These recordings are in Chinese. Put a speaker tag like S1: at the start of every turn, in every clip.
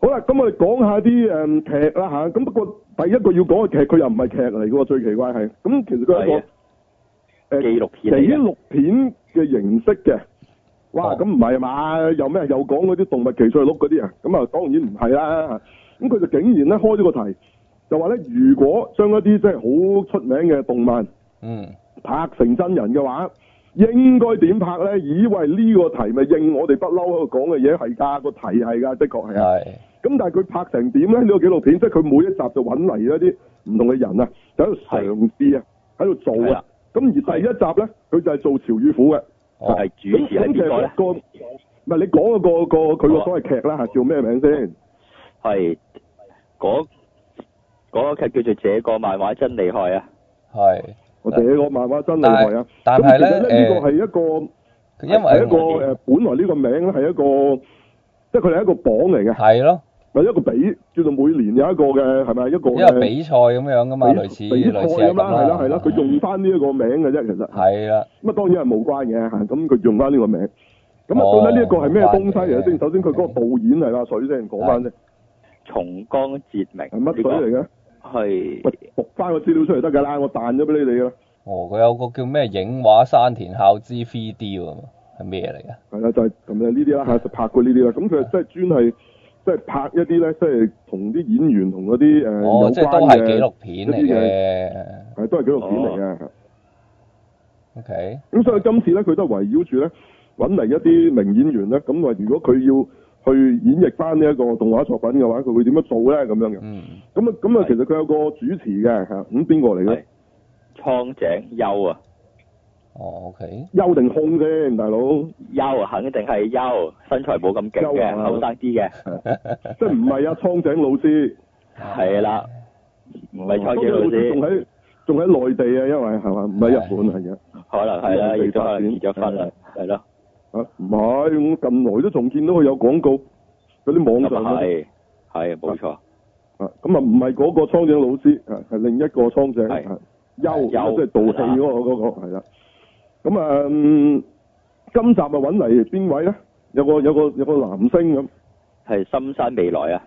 S1: 好啦，咁我哋講下啲誒劇啦吓，咁不過第一個要講嘅劇，佢又唔係劇嚟嘅喎，最奇怪係，咁其實佢係一
S2: 係
S1: 個呃
S2: 啊紀錄片嚟嘅
S1: 紀錄片嘅形式嘅。哇，
S2: 哦
S1: 咁唔係啊嘛？又咩？又講嗰啲動物奇趣錄嗰啲啊？咁啊，當然唔係啦。咁佢就竟然咧開咗個題，就話咧，如果將一啲即係好出名嘅動漫
S3: 嗯，
S1: 拍成真人嘅話，應該點拍咧？以為呢個題咪應我哋不嬲喺度講嘅嘢係㗎，個題係㗎，的確係啊。
S3: 係
S1: 咁但係佢拍成點咧？呢、個紀錄片即係佢每一集就揾嚟一啲唔同嘅人啊，就喺度嘗試啊，喺度做
S2: 係
S1: 啊
S2: 啦。
S1: 咁而第一集咧，佢就係做潮語虎嘅。
S3: 哦
S2: 係主
S1: 咁
S2: 持係
S1: 咁其
S2: 邊個
S1: 實
S2: 咧？
S1: 個唔係你講嗰個個佢個所謂劇啦嚇，叫咩名先？
S2: 係嗰嗰個劇叫做《這個漫畫真厲害》啊！
S3: 係，
S1: 我哋個漫畫真厲害啊！
S3: 但係
S1: 咁其實
S3: 但係咧
S1: 呢個係一個
S3: 因為
S1: 係一個誒，本來呢個名咧係一個，即係佢係一個榜嚟嘅，
S3: 係咯，
S1: 或者一個比叫做每年有一個嘅係咪一個
S3: 因
S1: 嘅
S3: 為比賽咁樣噶嘛，類似
S1: 比
S3: 類似
S1: 賽
S3: 係啊
S1: 咁啦，
S3: 係
S1: 係啦係啦，佢用翻呢一個名嘅啫，其實
S3: 係啦，
S1: 咁啊，當然係無關嘅嚇，咁佢用翻呢個名。咁啊，
S3: 哦
S1: 到底呢一個係咩東西嚟
S3: 無關
S1: 嘅
S3: 嘅
S1: 先？首先佢嗰個導演係阿水先講翻先，
S2: 松江哲明
S1: 係乜
S2: 呢
S1: 水
S2: 個
S1: 嚟嘅？
S2: 係
S1: 喂，讀翻個資料出嚟得㗎啦，我彈咗俾你哋㗎啦。
S3: 哦，佢有個叫咩影畫山田孝之 3D 喎，係咩嚟㗎？
S1: 係啦，就係咁啦，呢啲啦
S3: 嗯
S1: 嚇，就拍過呢啲啦。咁佢係真係專係即係拍一啲咧，即係同啲演員同嗰啲誒
S3: 哦，
S1: 有
S3: 即係都
S1: 關
S3: 係
S1: 嘅
S3: 紀錄哦片嚟
S1: 一啲嘅，
S3: 嘅。
S1: 係都係紀錄片嚟嘅。
S3: OK，
S1: 咁所以今次咧，佢都係圍繞住咧揾嚟一啲名演員咧，咁話如果佢要去演繹翻呢一個動畫作品嘅話，佢會點樣做咧？咁樣嘅。
S3: 嗯，
S1: 咁啊，咁啊，
S2: 係
S1: 其實佢有個主持嘅嚇，咁邊個嚟嘅
S2: 係？蒼井優啊，
S3: 哦，OK，
S1: 邱定空先，大佬，
S2: 優啊肯定係優，身材冇咁勁
S1: 優啊
S2: 嘅，後生啲嘅，
S1: 即係唔係啊？蒼井老師，哦
S2: 係啦，唔係
S1: 蒼
S2: 蒼井老
S1: 仲
S2: 師，
S1: 喺仲喺內地啊，因為係嘛，唔喺日本啊係嘅。
S2: 可能係啦，亦都可能結咗婚啦，係咯，
S1: 啊，唔係，我近來都仲見到佢有廣告嗰啲網
S2: 咁
S1: 上
S2: 啊
S1: 嗰啲
S2: 係，係冇錯，
S1: 啊，咁啊唔係嗰個蒼井老師，啊係另一個蒼井，
S2: 係啊
S1: 啊優
S2: 係優
S1: 即係道氣嗰個嗰個係啦。咁啊，嗯今集啊揾嚟邊位咧？有個有個有個男星咁，
S2: 係深山未來啊，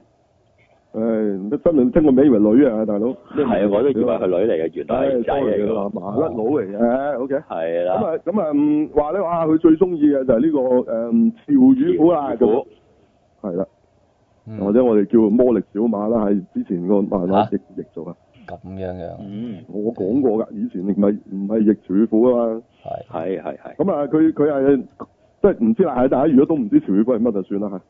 S1: 誒真係聽個名以為女啊，大佬。
S2: 係啊，我都以為佢女嚟嘅，原來
S1: 唉
S2: 係仔嚟啊
S1: ，sorry 啊
S2: 嘅，
S1: 麻甩佬嚟嘅，OK。咁
S2: 係啦，
S1: 啊，咁啊，嗯話咧，哇，佢最中意嘅就係呢個誒潮語虎啦，咁啊係啦。
S3: 嗯
S1: 或者我哋叫魔力小馬啦，係之前個漫畫
S3: 嚇
S1: 譯譯做啊，
S3: 咁樣樣，
S2: 嗯，
S1: 我講過㗎，以前唔係唔係譯潮語虎啊嘛，
S3: 係
S2: 係係係，
S1: 咁啊佢佢係即係唔知啦，係大家如果都唔知潮語虎係乜就算啦嚇，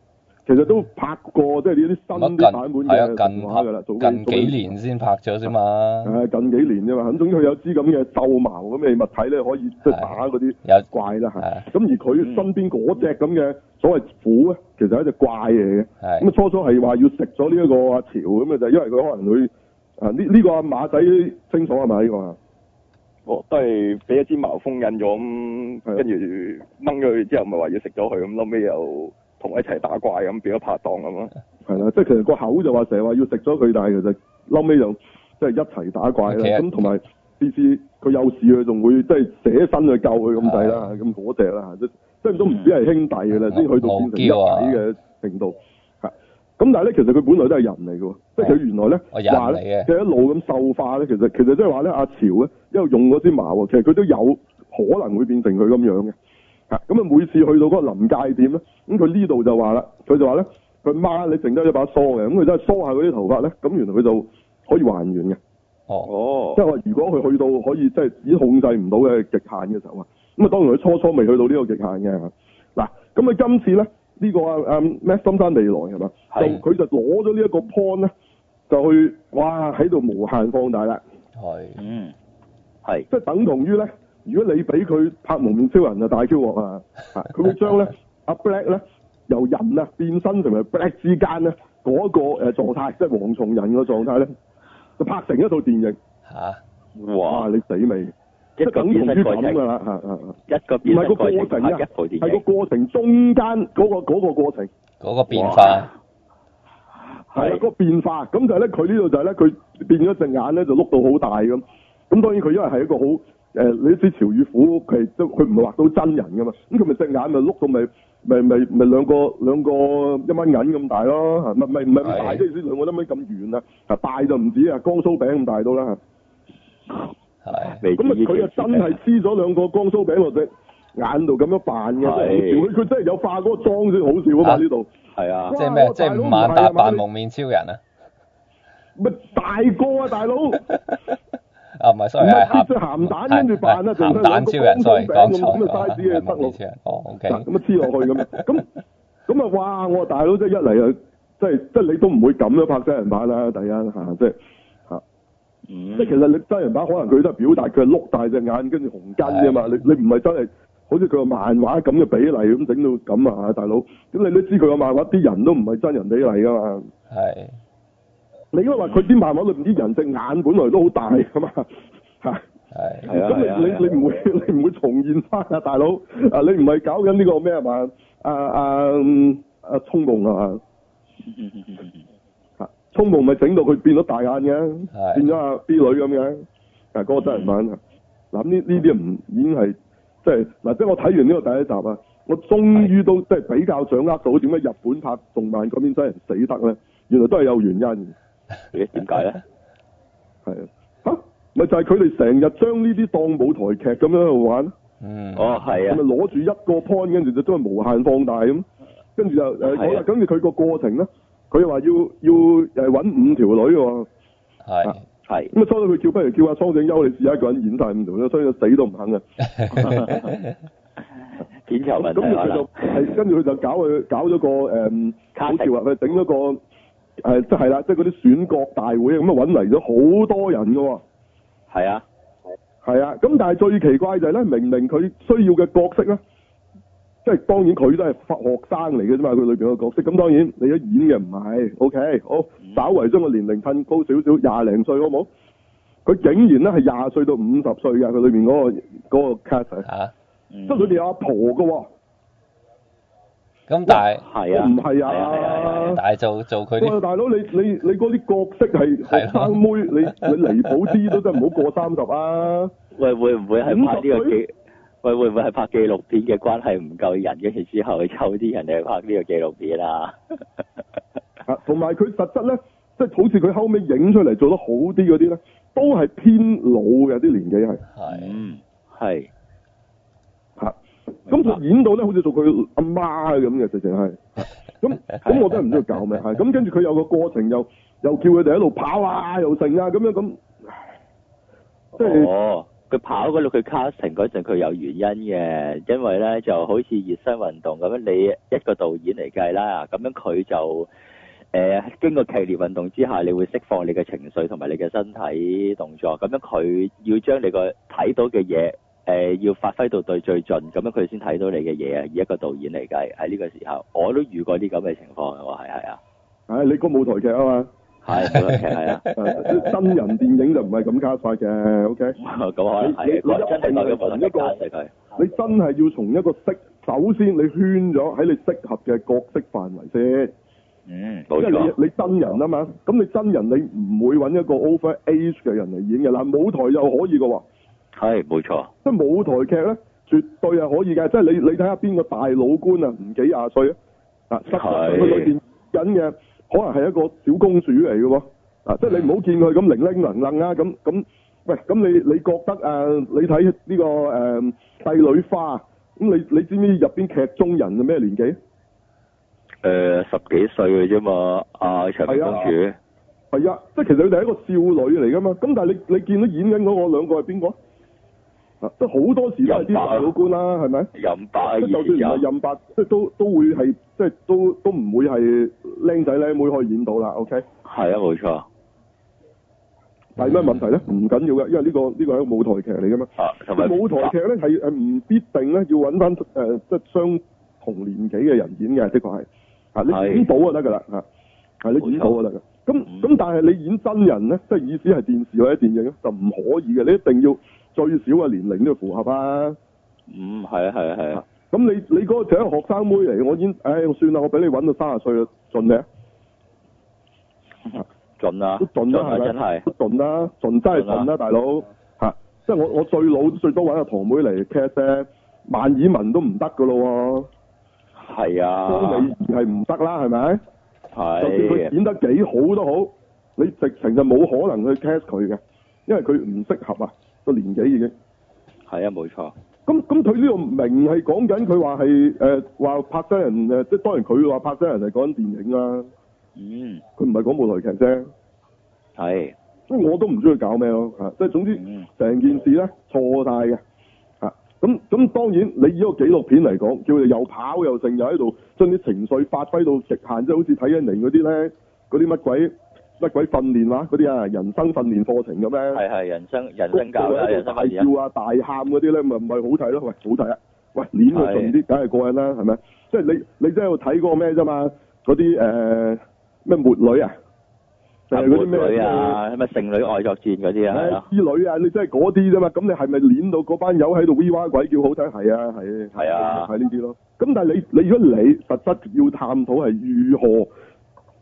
S1: 其實都拍過即係呢啲新
S3: 咁
S1: 啲版本
S3: 近係啊
S1: 嘅動畫㗎啦，早
S3: 近近幾年先拍咗啫嘛，
S1: 誒近幾年啫嘛，咁總之佢有支咁嘅鬥矛咁嘅物體咧，可以即係
S3: 係
S1: 打嗰啲
S3: 有
S1: 怪啦嚇，
S3: 係嗯
S1: 咁而佢身邊嗰只咁嘅所謂虎咧，其實係一隻怪嚟嘅。咁
S3: 係
S1: 啊初初係話要食咗呢一個阿潮咁啊，就因為佢可能會啊呢呢、個阿馬仔清楚係咪呢個啊？
S4: 我哦都係俾一支矛封印咗，
S1: 係啊
S4: 咁跟住掹咗佢之後，咪話要食咗佢，咁後尾又同我一齊打怪，咁變咗拍檔咁咯。
S1: 係啦，即係其實個口就話成日話要食咗佢，但係其實嬲尾就即係一齊打怪啦。
S3: 其實
S1: 咁同埋次次佢有事佢仲會即係捨身去救佢咁滯啦，咁嗰只啦，即即係都唔止係兄弟嘅啦，
S3: 啊嗯
S1: 先去到變成一體
S3: 啊
S1: 嘅程度。係咁但係咧，其實佢本來都係人嚟嘅喎，即係佢原來
S3: 我
S1: 咧
S3: 人嚟嘅
S1: 話咧，佢一路咁獸化咧，其實其實即係話咧，啊阿潮咧一路用嗰支矛啊，其實佢都有可能會變成佢咁樣嘅。嚇咁啊，每次去到嗰個臨界點咧，咁佢呢度就話啦，佢就話咧，佢媽你剩低一把梳嘅，咁佢真係梳下佢啲頭髮咧，咁原來佢就可以還原嘅，
S3: 哦
S2: 哦
S1: 即係話如果佢去到可以即係已經控制唔到嘅極限嘅時候啊，咁啊當然佢初初未去到呢個極限嘅，嗱咁啊佢今次咧呢、個啊啊咩深山未來係嘛，就
S2: 係
S1: 佢就攞咗呢一個 point 咧，就去哇喺度無限放大啦。
S3: 係
S2: 嗯，係
S1: 即係等同於咧，如果你俾佢拍蒙面超人就大 Q 鑊啊！啊佢會將咧阿 Black 咧由人啊變身成為 Black 之間咧嗰個誒狀態，即係蝗蟲人個狀態咧，就拍成一套電影。
S3: 嚇
S2: 哇
S1: 哇！！你死未？即
S2: 一
S1: 係
S2: 個
S1: 等
S2: 變
S1: 同
S2: 身
S1: 於
S2: 過
S1: 咁
S2: 程
S1: 㗎。啦，嚇嚇嚇！
S2: 一個
S1: 唔
S2: 變
S1: 係個
S2: 身過
S1: 過
S2: 程
S1: 程
S2: 拍
S1: 啊
S2: 一部，
S1: 係
S2: 電
S1: 個
S2: 影，
S1: 過程中間嗰個嗰個過程。
S3: 嗰個變化
S1: 係啦，嗰個變化咁就係咧，佢呢度就係咧，佢變咗隻眼咧就碌到好大咁。咁當然佢因為係一個好誒、呃你知潮語虎，佢係都佢唔係畫到真人噶嘛，咁佢咪隻眼咪碌到咪咪咪咪兩個兩個一蚊銀咁大咯，嚇唔係唔係唔係咁大
S3: 係
S1: 即係意思兩個一蚊咁遠啊，嚇大就唔止啊，江蘇餅咁大到啦嚇
S3: 係
S2: 未至
S1: 咁啊
S2: 於
S1: 佢啊
S2: 叫
S1: 真係黐咗兩個江蘇餅落隻眼度咁樣扮嘅，真係好
S2: 係
S1: 笑佢佢真係有化嗰個妝先好笑啊
S3: 啊
S1: 嘛呢度。
S2: 係啊，
S3: 即係咩？
S1: 哇
S3: 即係
S1: 大佬
S3: 五萬
S1: 唔
S3: 達
S1: 係啊嘛
S3: 扮
S1: 你
S3: 蒙面超人啊！
S1: 咪大哥啊，大佬，唔
S3: 啊，唔係，sorry，係
S1: 係
S3: 鹹
S1: 切隻鹹蛋跟住扮啊，
S3: 係鹹蛋超人，sorry，講
S1: 咁
S3: 錯
S1: 咁嘅
S3: 咗，
S1: size 嘅
S3: 係
S1: 得
S3: 蒙面
S1: 咯，
S3: 超人。哦，OK，
S1: 嗱咁啊黐落去咁樣，咁咁啊哇！我話大佬即係一嚟啊，即係即係你都唔會咁樣拍真人版啦，第一嚇，即係嚇，
S2: 嗯
S1: 即係其實你真人版可能佢都係表達佢係碌大隻眼跟住紅筋啫嘛，你你唔係真係。好似佢個漫畫咁嘅比例咁整到咁啊，大佬！咁你都知佢個漫畫啲人都唔係真人比例噶嘛，
S3: 係
S1: 你因為話佢啲漫畫裏邊啲人隻眼本來都好大噶嘛，嚇。
S3: 係
S2: 係啊係 啊
S1: 咁你你你唔會 你唔會重現翻啊，大佬啊！你唔係搞緊呢個咩啊嘛？啊啊嗯啊！衝夢啊
S4: 嗯
S1: 嘛，衝夢咪整到佢變咗大眼嘅，
S3: 係
S1: 變咗阿 B 女咁嘅，啊嗰個真人版啊！嗱呢呢啲唔已經係即係嗱，即係我睇完呢個第一集啊，我終於都即係比較掌握到點解日本拍動漫嗰邊真人死得咧，原來都係有原因嘅。
S2: 咦點解咧？
S1: 係啊，嚇咪就係佢哋成日將呢啲當舞台劇咁樣去玩，
S3: 嗯，
S2: 哦係
S1: 咁
S2: 啊
S1: 咪，攞住一個 point，跟住就將佢無限放大咁，跟住就誒
S2: 係啊
S1: 好啦，跟住佢個過程咧，佢又話要要誒揾五條女喎，
S3: 係
S2: 係
S1: 咁啊初到佢叫不如叫阿蒼井優你試下一個人演晒五條女，所以佢死都唔肯 啊，咁跟住佢就
S2: 片酬問題可能
S4: 啊
S1: 係跟住佢就搞佢搞咗個誒
S2: 卡
S1: 好
S2: 式
S1: 似話佢整咗個誒即係啦，即係嗰啲選角大會咁啊揾嚟咗好多人嘅喎。
S2: 係啊，
S1: 係啊，咁但係最奇怪就係咧，明明佢需要嘅角色咧，即係當然佢都係學生嚟嘅啫嘛，佢裏邊嘅角色。咁當然你都演嘅唔係，OK，好，稍為將個年齡褪高少少，廿零歲好冇？佢竟然咧係廿歲到五十歲嘅，佢裏邊嗰個嗰、個 cast，係
S3: 嚇。
S2: 即
S4: 嗯
S1: 即係裏邊有阿婆嘅喎，
S3: 咁但係
S2: 係啊，
S1: 唔係啊
S2: 係啊係啊係啊
S3: 但係做做佢
S1: 喂
S3: 啲
S1: 大佬你你你嗰啲角色係學生妹，你你離譜啲都真係唔好過三十啊！
S2: 喂，會唔會係拍呢
S1: 五十
S2: 個
S1: 歲
S2: 紀？喂，會唔會係拍紀錄片嘅關係唔夠人，跟住之後抽啲人嚟拍呢個紀錄片啊？
S1: 啊，同埋佢實質咧，即係好似佢後尾影出嚟做得好啲嗰啲咧，都係偏老嘅啲年紀係
S3: 係
S2: 嗯，係
S1: 嚇。咁佢演到咧，好似做佢阿媽咁嘅，直情係。咁咁我真係唔知佢搞咩，係咁跟住佢有個過程又又叫佢哋喺度跑啊，又剩啊咁樣咁，即係
S2: 哦，佢跑嗰度佢 casting 嗰陣佢有原因嘅，因為咧就好似熱身運動咁樣，你一個導演嚟計啦，咁樣佢就誒、呃、經過劇烈運動之下，你會釋放你嘅情緒同埋你嘅身體動作，咁樣佢要將你個睇到嘅嘢。誒、要發揮到對最盡，咁樣佢先睇到你嘅嘢啊！以一個導演嚟計，啊喺呢個時候，我都遇過啲咁嘅情況嘅喎，係係啊，
S1: 唉，你個舞台劇啊嘛，
S2: 係冇錯 係啊，
S1: 啊真人電影就唔係咁加法嘅，OK。
S2: 咁可能
S1: 你你
S2: 係我真係代表我同
S1: 你一
S2: 你
S1: 個
S2: 解釋佢，
S1: 你真係要從一個適，首先你圈咗喺你適合嘅角色範圍先。
S2: 嗯，
S1: 因
S2: 冇
S1: 為
S2: 錯，
S1: 你你真人啊嘛，咁你真人你唔會揾一個 over age 嘅人嚟演嘅嗱，舞台又可以嘅喎，
S2: 係冇錯。
S1: 即係舞台劇咧，絕對係可以嘅，即係你你睇下邊個大老官啊，唔幾廿歲啊，啊，實
S2: 係
S1: 佢裏邊緊嘅可能係一個小公主嚟嘅喎，啊，即係你唔好見佢咁零零能能啊，咁咁，喂，咁你你覺得啊，你睇呢、個誒帝女花，咁你你知唔知入邊劇中人係咩年紀？
S2: 誒、十幾歲嘅啫嘛，阿、長
S1: 係
S2: 平
S1: 啊
S2: 公主，
S1: 係啊，即係其實佢哋係一個少女嚟噶嘛。咁但係你你見到演緊嗰個兩個係邊個啊啊？即係好多時都係啲大老官啦，係咪？
S2: 任白啊，
S1: 即
S2: 以
S1: 係就算
S2: 前
S1: 唔係
S2: 有，
S1: 任白，即係都都會係即係都都唔會係僆仔僆妹可以演到啦。OK，
S2: 係啊，冇錯，
S1: 但係咩問題咧？唔緊要嘅，因為呢個呢個係一個舞台劇嚟噶嘛。
S2: 啊，同埋
S1: 即係舞台劇咧係係唔必定咧要揾翻誒即係相同年紀嘅人演嘅，的確係啊，你
S2: 係
S1: 演到就得㗎啦嚇，係你演到就得㗎。咁
S2: 嗯
S1: 咁但係你演真人咧，即係意思係電視或者電影咧，就唔可以嘅，你一定要最少嘅年齡都要符合啊。
S2: 嗯，係啊，係啊，係啊，
S1: 咁你你嗰個就係一個學生妹嚟，我演，唉、算啦，我俾你揾到三十歲啦，盡你啊，
S2: 盡啦，
S1: 都盡啦，
S2: 啊，
S1: 係咪？
S2: 真係，
S1: 都盡啦，盡真係盡
S2: 盡
S1: 啦，大佬嚇，即係我我最老最多揾個堂妹嚟 cat 啫，萬綺雯都唔得㗎咯喎。
S2: 係
S1: 方
S2: 啊，
S1: 美儀係唔得啦，係咪？就算佢
S2: 係
S1: 演得幾好都好，你直情就冇可能去 cast 佢嘅，因為佢唔適合啊個年紀已經。
S2: 係啊，冇錯，
S1: 咁咁佢呢度明係講緊佢話係誒話拍真人誒，即係當然佢話拍真人係講緊電影啦，
S2: 嗯，
S1: 佢唔係講舞台劇啫。
S2: 係，
S1: 所以我都唔知佢搞咩咯，嚇！即係總之
S2: 嗯
S1: 成件事咧錯晒嘅，嚇！咁咁當然你以一個紀錄片嚟講，叫佢哋又跑又剩又喺度將啲情緒發揮到極限，即係好似睇緊嚟嗰啲咧嗰啲乜鬼乜鬼訓練話嗰啲啊人生訓練課程咁咧，
S2: 係係人生人
S1: 谷
S2: 生教
S1: 到
S2: 啦，
S1: 喺
S2: 人
S1: 度
S2: 生
S1: 大
S2: 訓練啊，
S1: 叫啊大喊嗰啲咧，咪唔係好睇咯？喂，好睇啊！喂，攣佢盡啲，梗係過癮啦，係咪？即係你你真係喺度睇嗰個咩啫嘛？嗰啲誒咩末女啊，就係嗰啲咩
S2: 女啊，咩剩女愛作戰嗰啲啊，係
S1: 係
S2: 咯，
S1: 之類啊，你真係嗰啲啫嘛，咁你係咪攣到嗰班友喺度 V 哇鬼叫好睇？係啊，係
S2: 係啊
S1: 係呢啲咯。咁但係你你如果你實質要探討係如何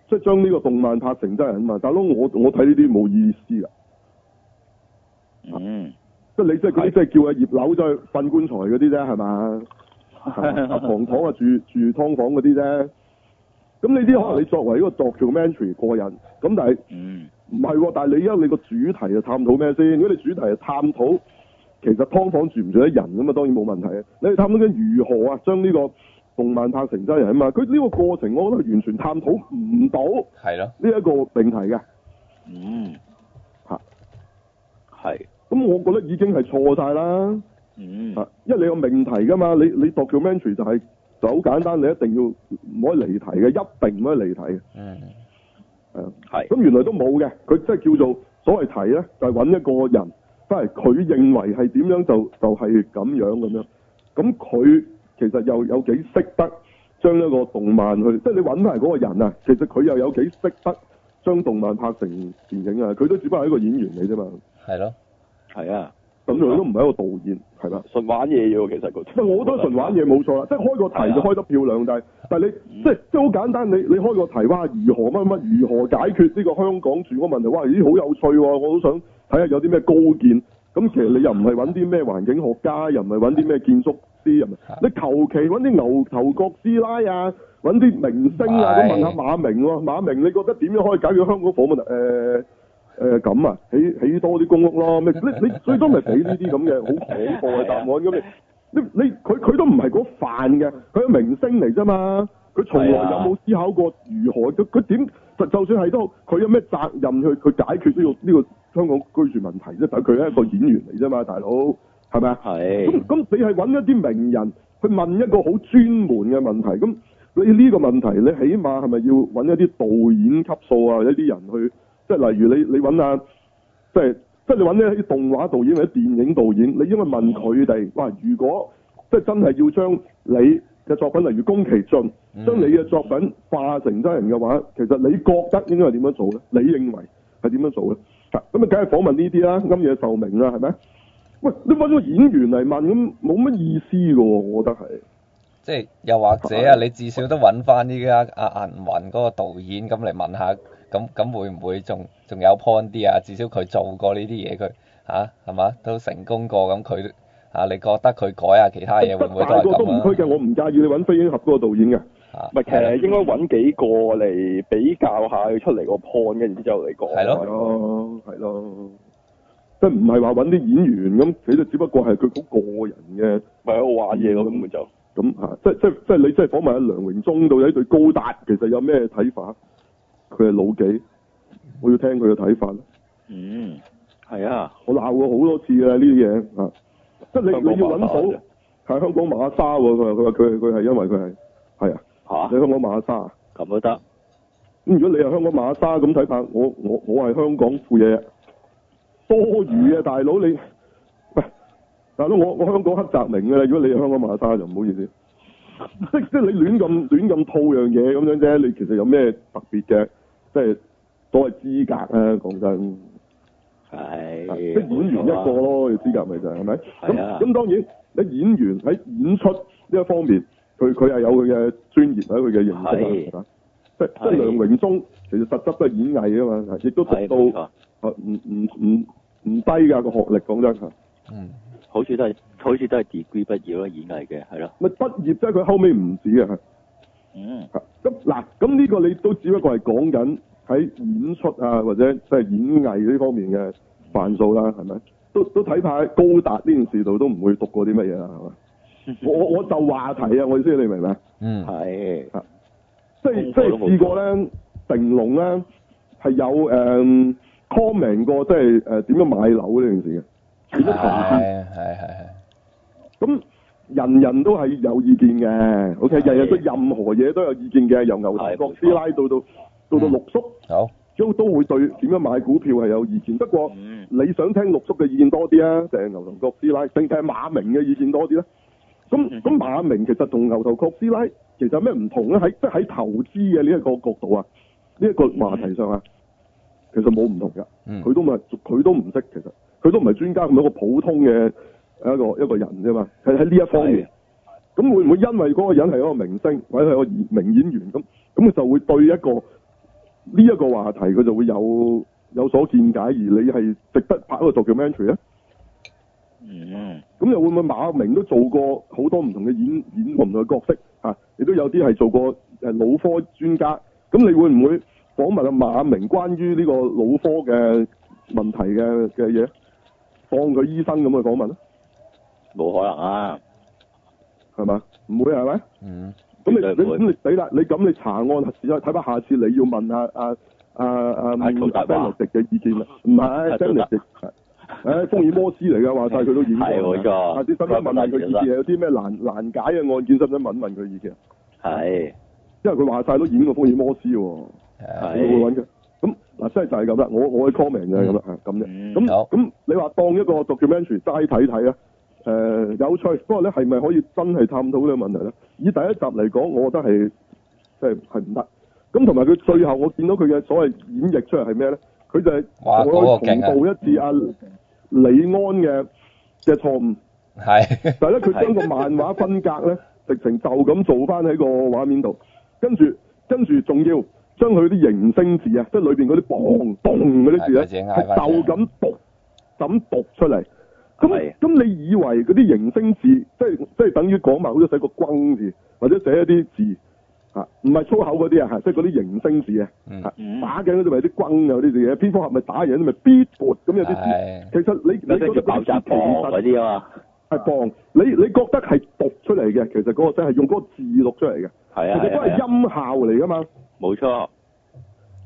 S1: 即係將呢個動漫拍成真人啊嘛，大佬我我睇呢啲冇意思噶，
S2: 嗯，
S1: 即係你即係嗰啲
S2: 係
S1: 即係叫阿葉柳再瞓棺材嗰啲啫，係 嘛？阿唐唐啊住住劏房嗰啲啫。咁呢啲可能你作為一個 documentary 個人，咁但係
S2: 嗯，
S1: 唔係喎，但係你而家你個主題就探討咩先？如果你主題係探討其實劏房住唔住得人咁啊，當然冇問題啊。你係探討緊如何啊將呢個動漫拍成真人啊嘛？佢呢個過程，我覺得完全探討唔到
S3: 係咯，
S1: 呢一個命題嘅。
S2: 嗯，
S1: 嚇
S2: 係，
S1: 咁我覺得已經係錯晒啦，
S2: 嗯，
S1: 啊因為你有命題㗎嘛，你你 documentary 就係、就好簡單，你一定要唔可以離題嘅，一定唔可以離題嘅，
S3: 嗯，
S1: 係啊。
S2: 係，
S1: 咁原來都冇嘅，佢即係叫做所謂題咧，就係、揾一個人，翻嚟佢認為係點樣就就係、咁樣咁樣。咁佢其實又有幾識得將一個動漫去，即係你揾翻嚟嗰個人啊，其實佢又有幾識得將動漫拍成電影啊。佢都只不過係一個演員嚟啫嘛，
S3: 係咯，
S2: 係啊，
S1: 咁佢都唔係一個導演，係啦。
S4: 純玩嘢嘅喎，其實佢。
S1: 唔 係，我覺得純玩嘢冇錯啦，即係啊嗯開個題就開得漂亮，但係但係你即係即係好簡單，你你開個題哇，如何乜乜如何解決呢個香港住屋問題？哇，咦好有趣喎、我都想睇下有啲咩高見。咁其實你又唔係揾啲咩環境學家，又唔係揾啲咩建築師，又唔係你求其揾啲牛頭角師奶啊，揾啲明星啊，咁
S3: 係
S1: 問下馬明喎、馬明你覺得點樣可以解決香港火問題？誒誒咁啊，起起多啲公屋咯，咩你你最多咪俾呢啲咁嘅好恐怖嘅答案咁你。你你佢佢都唔係嗰範嘅，佢係明星嚟啫嘛，佢從來
S2: 係啊
S1: 有冇思考過如何佢佢點就就算係都好，佢有咩責任去佢解決呢、個呢、個香港居住問題啫？但係佢係一個演員嚟啫嘛，大佬係咪啊？咁
S2: 係，
S1: 咁你係揾一啲名人去問一個好專門嘅問題，咁你呢個問題你起碼係咪要揾一啲導演級數啊，一啲人去，即係例如你你揾啊，即係即係你揾一啲動畫導演或者電影導演，你應該問佢哋，哇，如果即係真係要將你嘅作品，例如宮崎駿，
S3: 嗯
S1: 將你嘅作品化成真人嘅話，其實你覺得應該係點樣做咧？你認為係點樣做咧？啊咁啊，梗係訪問呢啲啦，庵野秀明啦，係咪？喂，你揾個演員嚟問咁冇乜意思嘅喎，我覺得係。
S3: 即係又或者啊，你至少都揾翻依家啊阿銀雲嗰個導演咁嚟問下，咁咁會唔會仲仲有 point 啲啊？至少佢做過呢啲嘢，佢嚇係嘛都成功過，咁佢啊你覺得佢改下其他嘢會唔會都
S1: 大
S3: 係
S1: 個都唔
S3: 咁
S1: 推嘅，我唔介意你揾飛鷹俠嗰個導演嘅。
S3: 啊？
S4: 唔係，其實應該揾幾個嚟比較下佢出嚟個 point，跟住之後嚟講。
S3: 係咯
S1: 係咯，係咯。即係唔係話揾啲演員咁，其實只不過係佢好個人嘅
S4: 咪喺度玩嘢咯，咁咪就
S1: 咁嚇，即即即係你即係訪問阿梁榮忠到底對高達其實有咩睇法？佢係老幾？我要聽佢嘅睇法啦。
S2: 嗯，係啊，
S1: 我鬧過好多次啦呢啲嘢啊，即係你
S4: 香港
S1: 你要揾
S4: 馬沙啫
S1: 到係香港馬沙喎，佢話佢話佢佢係因為佢係係啊，
S2: 嚇，
S1: 你香港馬沙啊。
S2: 咁都得，
S1: 咁如果你係香港馬沙咁睇法，我我我係香港富嘢，多餘啊，大佬你，喂，大佬我我香港黑澤明嘅啦，如果你係香港馬沙就唔好意思， 即即係你亂咁亂咁套樣嘢咁樣啫，你其實有咩特別嘅，即係所謂資格啊，講真。
S2: 係，
S1: 啊
S2: 啊
S1: 即係演員一個咯，嘅資格咪就係係咪？
S2: 係啊
S1: 咁咁當然，你演員喺演出呢一方面，佢佢係有佢嘅專業喺佢嘅認識
S2: 係
S1: 啊，即即係
S2: 係
S1: 梁榮忠其實實質都係演藝啊嘛，亦都讀
S2: 係
S1: 到
S2: 冇錯，
S1: 啊唔唔唔唔低㗎個學歷講真嚇，
S3: 嗯
S2: 好似都係好似都係 degree 畢業咯，演藝嘅係咯，
S1: 咪畢業啫，佢後尾唔止啊，
S2: 嗯，
S1: 咁嗱，咁呢個你都只不過係講緊喺演出啊，或者即係演藝呢方面嘅範數啦，係咪？都都睇怕喺高達呢件事度都唔會讀過啲乜嘢啦，係嘛？我我我就話題啊，我意思你明唔明啊？
S3: 嗯，
S2: 係，
S1: 即係即係試過咧，成龍咧係有誒、嗯 comment 過，即呃係誒點樣買樓呢件事
S3: 係係係係，
S1: 嘅。咁人人都係有意見嘅，OK，人人對任何嘢都有意見嘅，由牛頭角師奶到到到到
S3: 嗯
S1: 六叔。
S3: 好，
S1: 都都會對點樣買股票係有意見，不過
S2: 嗯，
S1: 你想聽六叔嘅意見多啲啊，定係牛頭角師奶，定係馬明嘅意見多啲咧？咁
S2: 嗯
S1: 咁馬明其實同牛頭角師奶其實有咩唔同咧？喺即係喺投資嘅呢一個角度啊，呢、一個話題上啊，其實冇唔同㗎。
S3: 嗯
S1: 佢都唔係佢都唔識，其實佢都唔係專家，咁一個普通嘅一個一個人啫嘛。喺喺呢一方面，咁會唔會因為嗰個人係一個明星或者係一個演名演員咁，咁佢就會對一個呢一、個話題佢就會有有所見解，而你係值得拍一個 documentary 咧？
S2: 嗯，
S1: 咁又會唔會馬明都做過好多唔同嘅演演過唔同嘅角色啊？亦都有啲係做過誒腦科專家。咁你會唔會訪問阿馬明關於呢個腦科嘅問題嘅嘅嘢？當佢醫生咁去訪問啊咧，
S2: 冇可能啊，
S1: 係嘛？唔會係咪？
S3: 嗯
S1: 咁你
S2: 絕對
S1: 你
S2: 唔會
S1: 咁你死啦！你咁你查案試睇下下次你要問啊阿阿阿阿
S2: 阿曹達華
S1: Dennis 啊嘅意見啦，啊唔係
S2: 阿曹
S1: Dennis
S2: 達。
S1: 誒福爾摩斯嚟㗎，話晒佢都演過。
S2: 係冇錯
S1: 下次啊使唔使問問佢意見？有啲咩難難解嘅案件，使唔使問問佢意見？
S2: 係，
S1: 因為佢話晒都演過福爾摩斯喎，
S3: 係
S1: 你會揾佢。咁嗱，真係就係咁啦。我我嘅 comment 就係咁啦，係咁啫。
S2: 嗯
S1: 咁
S3: 好
S1: 咁，你話當一個 documentary 齋睇睇啊？誒、有趣，不過咧係咪可以真係探討呢個問題咧？以第一集嚟講，我覺得係即係係唔得。咁同埋佢最後我見到佢嘅所謂演繹出嚟係咩咧？佢就係
S3: 哇
S1: 同
S3: 嗰
S1: 我
S3: 個
S1: 重
S3: 勁啊
S1: 蹈一次阿李安嘅嘅錯誤，
S3: 係
S1: 但係咧佢將個漫畫分隔咧，直情就咁做翻喺個畫面度，跟住跟住仲要將佢啲形聲字啊，即係裏邊嗰啲嘣嘣嗰啲字
S3: 係佢自己
S1: 咧，
S3: 嗌返
S1: 係就咁讀，就咁讀出嚟。咁
S2: 係
S1: 咁你以為嗰啲形聲字，即係即係等於講埋好似寫個轟字，或者寫一啲字啊，唔係粗口嗰啲啊，係即係嗰啲形聲字啊，
S3: 嗯
S1: 啊
S2: 嗯
S1: 打緊嗰啲咪有啲轟有啲字嘅，蝙蝠俠咪打人咪必撥咁有啲字。
S3: 係
S1: 其實你你
S2: 嗰
S1: 覺
S2: 啲叫
S1: 得
S2: 爆炸
S1: 其實
S2: 磅嗰啲啊嘛，
S1: 係磅，你你覺得係讀出嚟嘅，其實嗰個聲係用嗰個字錄出嚟嘅，
S2: 係
S1: 其
S2: 啊
S1: 實都係
S2: 係啊，啊
S1: 音效嚟噶嘛。
S2: 冇錯，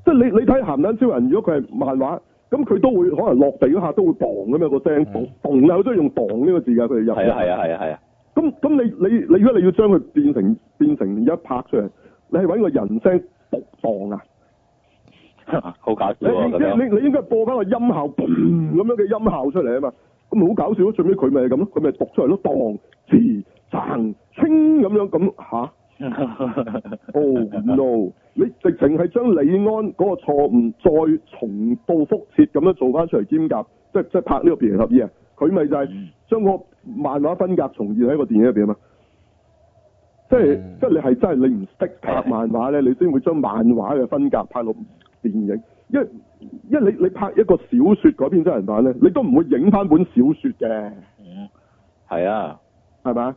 S1: 即係你你睇《鹹蛋超人》，如果佢係漫畫，咁佢都會可能落地嗰下都會砰咁樣個聲，
S3: 嗯
S1: 砰砰啊，佢都係用砰呢個字㗎，佢哋入。
S2: 係啊係啊係啊係啊，
S1: 咁咁你你你如果你要將佢變成變成一拍出嚟，你係揾個人聲讀蕩啊？
S2: 好搞
S1: 你
S2: 笑啊
S1: 你
S2: 咁樣，
S1: 你你應該播翻個音效砰咁樣嘅音效出嚟啊嘛，咁咪好搞笑咯！最尾佢咪係咁咯，佢咪讀出嚟咯，蕩字撐清咁樣咁嚇。Oh no！你直情係將李安嗰個錯誤再重蹈覆轍咁樣做翻出嚟兼夾，即係即係拍呢個《變形俠醫》啊！佢咪就係將個漫畫分隔重現喺個電影入邊啊嘛！即係、
S3: 嗯
S1: 即係你係真係你唔識拍漫畫咧，你先會將漫畫嘅分隔拍落電影，因為因為你你拍一個小説改編真人版咧，你都唔會影翻本小説嘅，
S2: 嗯， 係啊，
S1: 係咪啊？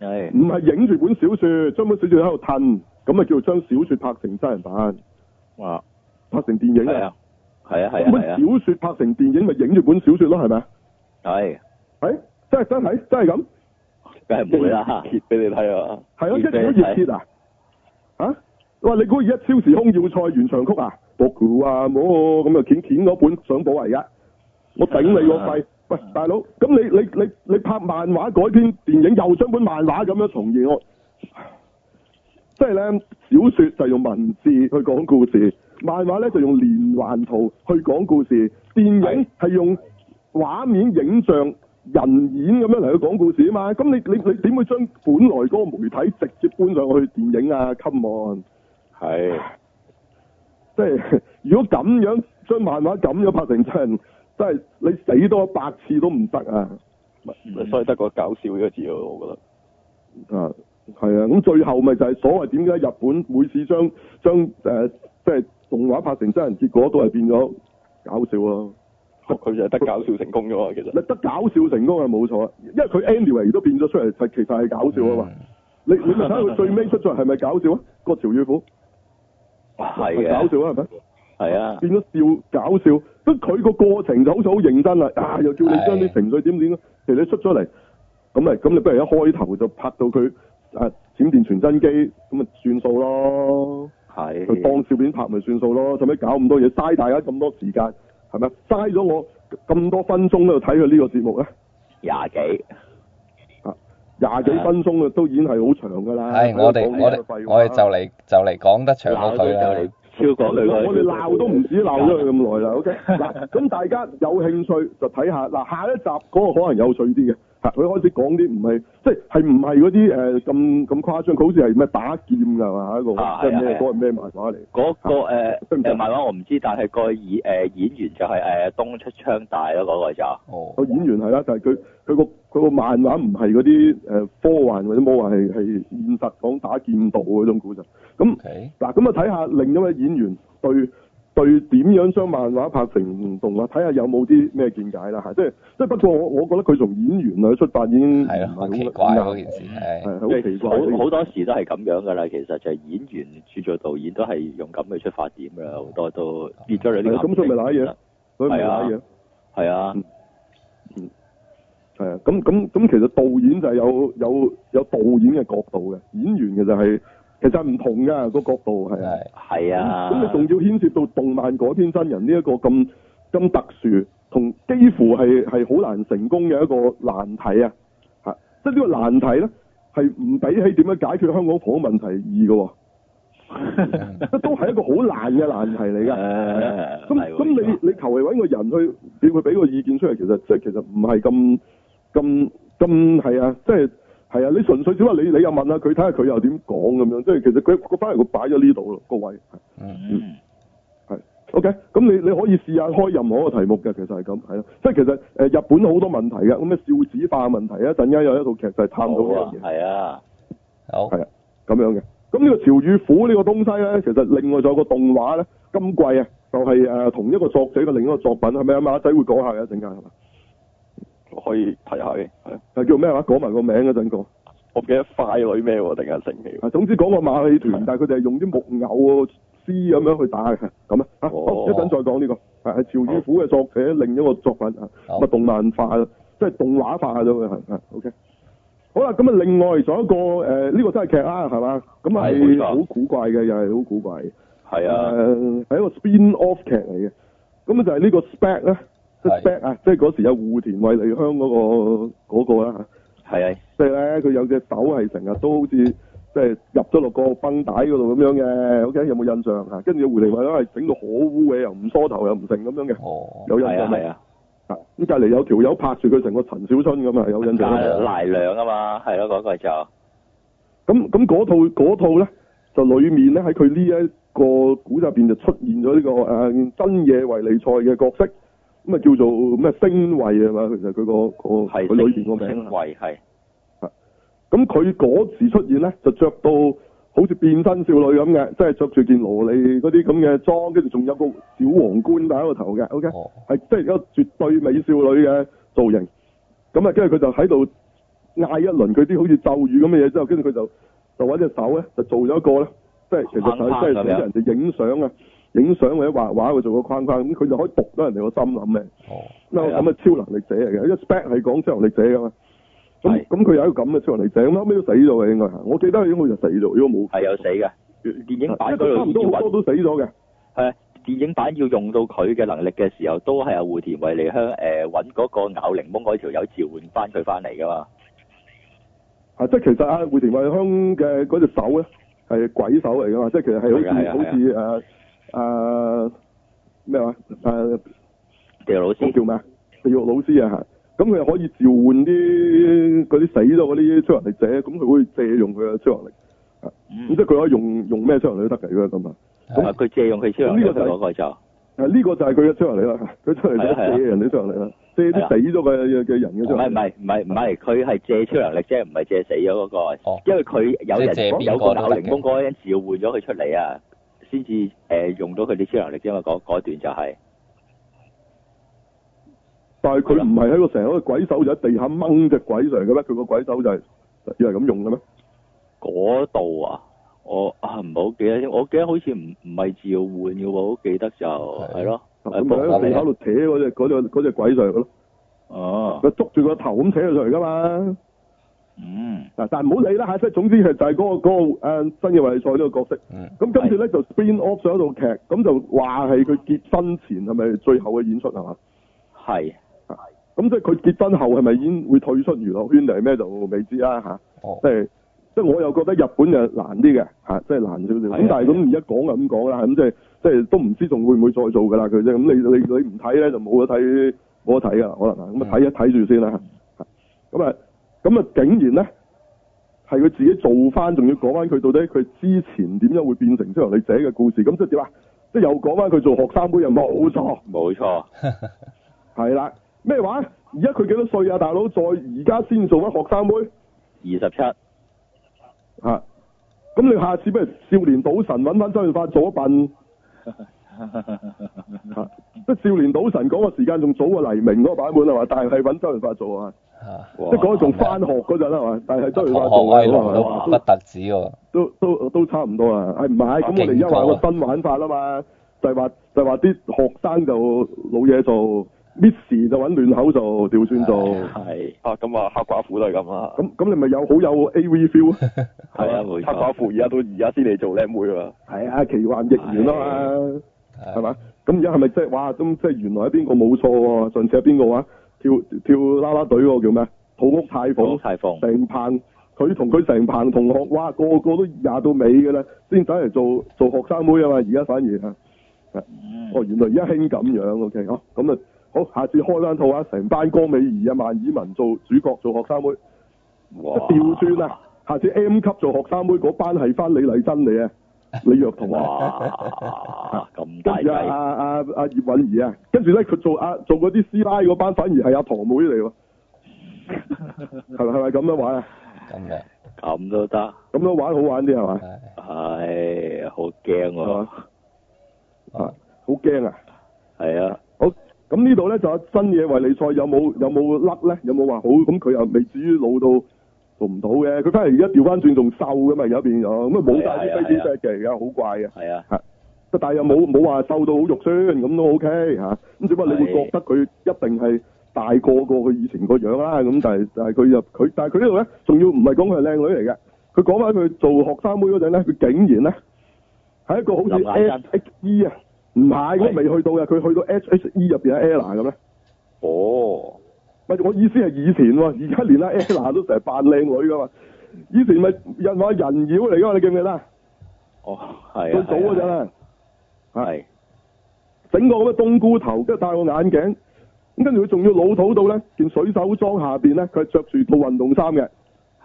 S2: 係，
S1: 唔係影住本小説，將本小説喺度褪，咁啊叫做將小説拍成真人版。
S2: 哇，
S1: 拍成電影
S2: 係
S1: 啊！
S2: 啊，係啊係
S1: 咁
S2: 啊
S1: 本
S2: 係啊
S1: 小，説拍成電影咪影住本小説咯，係咪啊？
S2: 係，
S1: 係真係真係真係咁，
S2: 梗係唔會啦，
S4: 揭俾你睇啊！
S1: 係咯，一
S2: 熱
S1: 條
S2: 血
S1: 熱血啊！啊！哇！你估而家超時空要塞原唱曲啊？博古啊，冇咁啊，掀掀嗰本上簿嚟噶，我頂你
S2: 啊
S1: 個肺！喂，大佬，咁你你你你拍漫畫改編電影，又將本漫畫咁樣重現我，即係咧小説就用文字去講故事，漫畫咧就用連環圖去講故事，電影係用畫面影像人演咁樣嚟去講故事啊嘛。咁你你你點會將本來嗰個媒體直接搬上去電影啊？Come on！
S4: 係
S1: 即係如果咁樣將漫畫咁樣拍成真人，真係你死多一百次都唔得啊！
S2: 嗯
S4: 所以得個搞笑呢個字咯，我覺得。
S1: 啊，係啊，咁最後咪就係所謂點解日本每次將將誒即係動畫拍成真人，結果都係變咗搞笑咯。
S4: 佢就係得搞笑成功咗啊，其實
S1: 你。得搞笑成功係冇錯，因
S3: 嗯
S1: 嗯為佢 anyway 都變咗出嚟，其實係搞笑啊嘛。你你咪睇下佢最尾出咗嚟係咪搞笑啊？個條魚虎
S2: 係
S1: 係
S2: 嘅，
S1: 搞笑啊，係咪？
S2: 係啊，
S1: 變咗笑搞笑，咁佢個過程就好似好認真啦，啊又叫你將啲
S3: 係
S1: 情緒點點，其實你出咗嚟，咁咪咁你不如一開頭就拍到佢啊閃電傳真機，咁咪算數咯，
S2: 係
S1: 佢當笑片拍咪算數咯，做咩搞咁多嘢，嘥大家咁多時間，係咪？嘥咗我咁多分鐘喺度睇佢呢個節目咧，
S2: 廿幾，
S1: 廿幾分鐘啊都已經係好長㗎啦。
S3: 唉，我哋
S1: 講呢
S3: 我
S1: 個廢
S3: 哋
S1: 話
S3: 我哋就嚟就嚟講得長過
S2: 鬧到
S3: 佢啊啦。
S2: 就嚟超過佢啊個
S1: 我哋鬧都唔止鬧咗佢咁耐啦，OK？嗱， 咁大家有興趣就睇下，嗱下一集嗰個可能有趣啲嘅，嚇佢開始講啲唔係，即係係唔係嗰啲誒咁咁誇張，佢好似係咩打劍㗎係嘛？一個
S2: 啊
S1: 即係
S2: 係
S1: 咩
S2: 啊
S1: 嗰個咩漫畫嚟？
S2: 嗰個誒
S1: 啊得唔得
S2: 誒漫畫我唔知，但係個演誒演員就係誒東出昌大咯，嗰個就
S3: 哦
S1: 個，演員係啦，但係佢佢個佢個漫畫唔係嗰啲誒科幻或者魔幻，係係現實講打劍道嗰種故事。咁
S3: OK，
S1: 嗱，咁啊睇下另一位演員對對點樣將漫畫拍成動畫，睇下有冇啲咩見解啦嚇。即係即係不過我我覺得佢從演員啊嚟出發已經唔
S3: 係
S1: 係
S3: 咯，好奇
S1: 啱
S3: 怪啊嗰件事，係
S1: 係好奇怪。
S2: 好好多時都係咁樣噶啦。其實就係演員轉做導演都係用咁嘅出發點㗎啦，好多都變咗你啲
S1: 係啊咁所以咪賴嘢嗯所以咪
S2: 係啊
S1: 打嘢。
S2: 係啊，
S1: 係啊，咁咁咁，其實導演就係有有有導演嘅角度嘅，演員嘅就係、其實係唔同㗎個角度係啊。
S3: 係
S2: 係啊，
S1: 咁你仲要牽涉到動漫改編真人呢一個咁咁特殊，同幾乎係係好難成功嘅一個難題啊！嚇，即係呢個難題咧，係唔比起點樣解決香港房屋問題易嘅 喎，即係都係一個好難嘅難題嚟㗎。
S2: 誒
S1: 咁
S2: 係喎
S1: 咁你你求其揾個人去叫佢俾個意見出嚟，其實即係其實唔係咁咁咁係啊，即係係啊，你純粹只不過你你又問下佢，睇下佢又點講咁樣，即係其實佢佢反而佢擺咗呢度咯個位。
S3: 嗯
S2: 嗯
S1: OK，咁你你可以試下開任何一個題目嘅，其實係咁，係咯，即係其實誒、呃日本好多問題嘅，咁咩少子化問題啊，一陣間有一套劇就係探討
S2: 好
S1: 呢
S2: 啊
S1: 樣嘢，
S2: 係啊，
S3: 好
S1: 係啊，咁樣嘅。咁呢個潮與虎呢個東西咧，其實另外仲有個動畫咧，今季啊，就係、呃同一個作者嘅另一個作品，係咪啊？馬仔會講下嘅一陣間係嘛？
S4: 可以睇下嘅，係啊
S1: 係叫咩話？講埋個名嗰啊陣講。
S2: 嗯
S4: 我唔記得快女咩喎，突然間醒起。
S1: 啊，總之講個馬戲團，但係佢哋係用啲木偶絲咁樣去打嘅，咁啊，啊
S4: 哦
S1: 好一陣再講呢、個，係係潮與虎嘅作者另一個作品啊，
S3: 好
S1: 咁啊動漫化，即係動畫化咗佢係係 OK。好啦，咁啊，另外仲有一個誒，呃呢、個真係劇啦，係嘛？咁啊
S4: 係冇
S1: 係
S4: 錯
S1: 好古怪嘅，又係好古怪嘅。
S4: 係啊，
S1: 誒係一個 spin off 劇嚟嘅，咁啊就係呢個 spec 咧，即係
S3: 係
S1: spec 啊，即係嗰時有戶田惠梨香嗰、個嗰、個啦嚇
S2: 係啊，
S1: 即係咧，佢有隻手係成日都好似即係入咗落個繃帶嗰度咁樣嘅，OK 有冇印象啊？跟住狐狸衛咧係整到好污嘅，又唔梳頭又唔成咁樣嘅，
S3: 哦，
S1: 有印
S2: 係啊，
S1: 象
S2: 係
S1: 咩？
S2: 啊，
S1: 啊咁隔離有條友拍住佢成個陳小春咁啊，哦有印象
S2: 加
S1: 咩
S3: 係啊
S2: 賴量啊嘛，係咯，嗰個就
S1: 咁咁嗰套嗰套咧，就裡面咧喺佢呢一個古集入邊就出現咗呢、個誒、呃真野維利賽嘅角色，咁啊叫做咩星衛啊嘛，其實佢個個
S2: 係
S1: 佢裏邊個名啊
S2: 星。位係
S1: 咁佢嗰時出現咧，就着到好似變身少女咁嘅，即係着住件蘿莉嗰啲咁嘅裝，跟住仲有個小皇冠戴喺個頭嘅，OK，
S3: 哦
S1: 係即係一個絕對美少女嘅造型。咁啊，跟住佢就喺度嗌一輪佢啲好似咒語咁嘅嘢之後，跟住佢就就揾隻手咧，就做咗一個咧，即係其實就
S2: 框框
S1: 係即
S2: 咁
S1: 係
S2: 樣
S1: 俾人哋影相啊，影相或者畫畫，佢做個框框，咁佢就可以讀到人哋個心諗嘅。
S3: 哦，
S1: 咁
S2: 係啊
S1: 咁嘅超能力者嚟嘅，因為 spec 係講超能力者噶嘛。咁
S2: 係
S1: 咁佢有一個咁嘅超能力者，咁後尾都死咗嘅應該係。我記得佢應該就死咗，如果冇
S2: 係有死嘅，電影版嗰
S1: 因為佢差唔
S2: 度要
S1: 多好多
S2: 揾
S1: 都死咗嘅。
S2: 係啊電影版要用到佢嘅能力嘅時候，都係阿胡田惠梨香誒揾呃嗰個咬檸檬嗰條友召喚翻佢翻嚟噶嘛。
S1: 啊，即係其實啊，胡田惠香嘅嗰隻手咧係鬼手嚟噶嘛，即係其實係好
S2: 係啊係
S1: 似
S2: 啊
S1: 好似誒誒咩話誒
S2: 地獄老
S1: 嗰個
S2: 師
S1: 叫咩啊？地獄老師啊，係咁佢又可以召喚啲嗰啲死咗嗰啲超能力者，咁佢會借用佢嘅超能力，咁即
S2: 嗯
S1: 係佢可以用用咩超能力都得嘅，如果係咁啊。
S2: 同埋
S3: 係
S2: 佢借用佢超能力
S1: 咁呢個就係
S2: 嗰個就
S1: 啊！呢個就係佢嘅超能力啦，佢出嚟就係借人哋超能力啦，借
S2: 啊係
S1: 啲
S2: 啊
S1: 死咗嘅嘅人
S2: 唔
S1: 嘅超
S2: 係
S1: 能
S2: 唔
S1: 力。
S2: 係唔係唔係，佢係借超能力啫，唔係借死咗嗰
S3: 哦
S2: 個，因為佢有
S3: 即係借
S2: 人
S3: 邊
S2: 有
S3: 個
S2: 個
S3: 都
S2: 咬
S3: 得嘅
S2: 檸檬嗰個人召喚咗佢出嚟啊，先至誒用到佢啲超能力啫嘛，嗰嗰段就係
S1: 但係佢唔係喺個成個鬼手就喺地下掹只鬼上嘅咩？佢個鬼手就係就係咁用嘅咩？
S2: 嗰度啊，我啊唔好記得添，我記得好似唔唔係召喚嘅喎，我記得就係咯，啊
S1: 咁咪喺地下度扯嗰只嗰只嗰只鬼上嚟咯，
S2: 哦，
S1: 佢捉住個頭咁扯佢上嚟噶嘛。
S2: 嗯，
S1: 嗱，但唔好理啦嚇，即係總之係就係嗰、個嗰、個、誒新嘅維賽呢個角色。
S3: 嗯
S1: 咁跟住咧就 spin off 上一套劇，咁就話係佢結婚前係咪最後嘅演出係嘛？
S2: 係
S1: 咁即係佢結婚後係咪已經會退出娛樂圈定係咩就未知啦嚇。
S3: 哦
S1: 即係即係我又覺得日本就難啲嘅嚇，即係難少少。
S2: 係
S1: 咁
S2: 啊
S1: 但係咁而家講就咁講啦，咁即係即係都唔知仲會唔會再做㗎啦佢啫。咁你你你唔睇咧就冇得睇冇得睇㗎啦，可能啊咁啊
S3: 嗯
S1: 睇一睇住先啦。咁啊咁啊竟然咧係佢自己做翻，仲要講翻佢到底佢之前點樣會變成超能力者嘅故事。咁即係點啊？即係又講翻佢做學生妹又冇錯。
S2: 冇錯，
S1: 嗯係啦，咩話？而家佢幾多歲啊，大佬？再而家先做乜學生妹
S2: 二十七
S1: 吓？啊咁、你下次不如少年賭神揾翻周潤發做一笨吓？啊即、係少年賭神嗰個時間仲早過黎明嗰個版本啊係嘛？但係係揾周潤發做啊，
S3: 嚇，
S1: 即係講仲翻學嗰陣啦啊係嘛？但係周
S3: 學
S1: 潤發
S3: 學
S1: 做啊
S3: 威龍都
S1: 係
S3: 不
S1: 嘛
S3: 特止喎，
S1: 都都都都差唔多啊！係唔係？咁我哋而家話個新玩法啦嘛，就係話就係話啲學生就冇嘢做，Miss 就揾亂口做，調轉做。
S2: 係
S4: 啊，咁啊，黑寡婦都係咁啦。
S1: 咁咁你咪有好有 A V feel 啊？
S2: 係啊，
S4: 黑
S2: 冇錯，
S4: 寡婦而家都而家先嚟做靚妹啊嘛。
S1: 係啊，奇幻逆緣啊嘛，
S3: Ờ,
S1: 係嘛？咁而家係咪即係哇？咁即係原來係邊個冇錯喎？上次係邊個話跳跳啦啦隊嗰個叫咩？土屋太
S2: 好
S1: 鳳，
S2: 太放，
S1: 成棚佢同佢成棚同學，哇個個都廿到尾嘅啦，先走嚟做做學生妹啊嘛！而家反而啊，
S2: 嗯
S1: 哦原來而家興咁樣，OK，好咁啊，好下次開翻套啊，成班江美儀啊、萬綺雯做主角做學生妹，
S2: 哇，
S1: 調轉啊！下次 M 級做學生妹嗰班係翻李麗珍嚟啊，李若彤啊。
S2: 哇，咁
S1: 跟
S2: 大
S1: 住啊啊
S2: 計，
S1: 啊啊葉韻儀啊，跟住咧佢做啊做嗰啲師奶嗰班反而係阿堂妹嚟喎，係咪係咪咁樣玩啊？
S3: 咁樣，
S2: 咁都得，
S1: 咁樣玩好玩啲係嘛？
S3: 係
S2: 係好驚
S1: 係
S2: 喎，
S1: 啊，好驚啊！
S2: 係啊，
S1: 好，咁呢度咧就有新嘢為你賽有冇有冇甩咧？有冇話好？咁佢又未至於老到做唔到嘅，佢反而而家調翻轉仲瘦噶嘛，而家變咗咁啊冇晒
S2: 係啊係啊
S1: 啲飛機 set 嘅，而家好怪嘅。
S2: 係啊，
S1: 但係又冇冇話瘦到好肉酸咁都 OK 嚇、咁只不過你會覺得佢一定係大個過佢以前個樣啦，咁但係但係佢又佢但係佢呢度咧，仲要唔係講佢係靚女嚟嘅，佢講翻佢做學生妹嗰陣咧，佢竟然咧係一個好似
S2: 林雅欣
S1: SHE 啊，唔係
S2: 係
S1: 咁未去到嘅，佢去到 SHE 入邊嘅 Ella 咁咧。
S2: 哦，
S1: 唔係我意思係以前喎，而家連 阿 Ella 都成日扮靚女噶嘛。以前咪人話人妖嚟噶嘛，你記唔記得啊？
S2: 哦，係
S1: 最
S2: 啊，
S1: 早嗰陣
S2: 係啊，
S1: 啊。
S2: 係，
S1: 整個咁嘅冬菇頭，跟住戴個眼鏡，咁跟住佢仲要老土到咧，件水手裝下邊咧，佢係着住套運動衫嘅。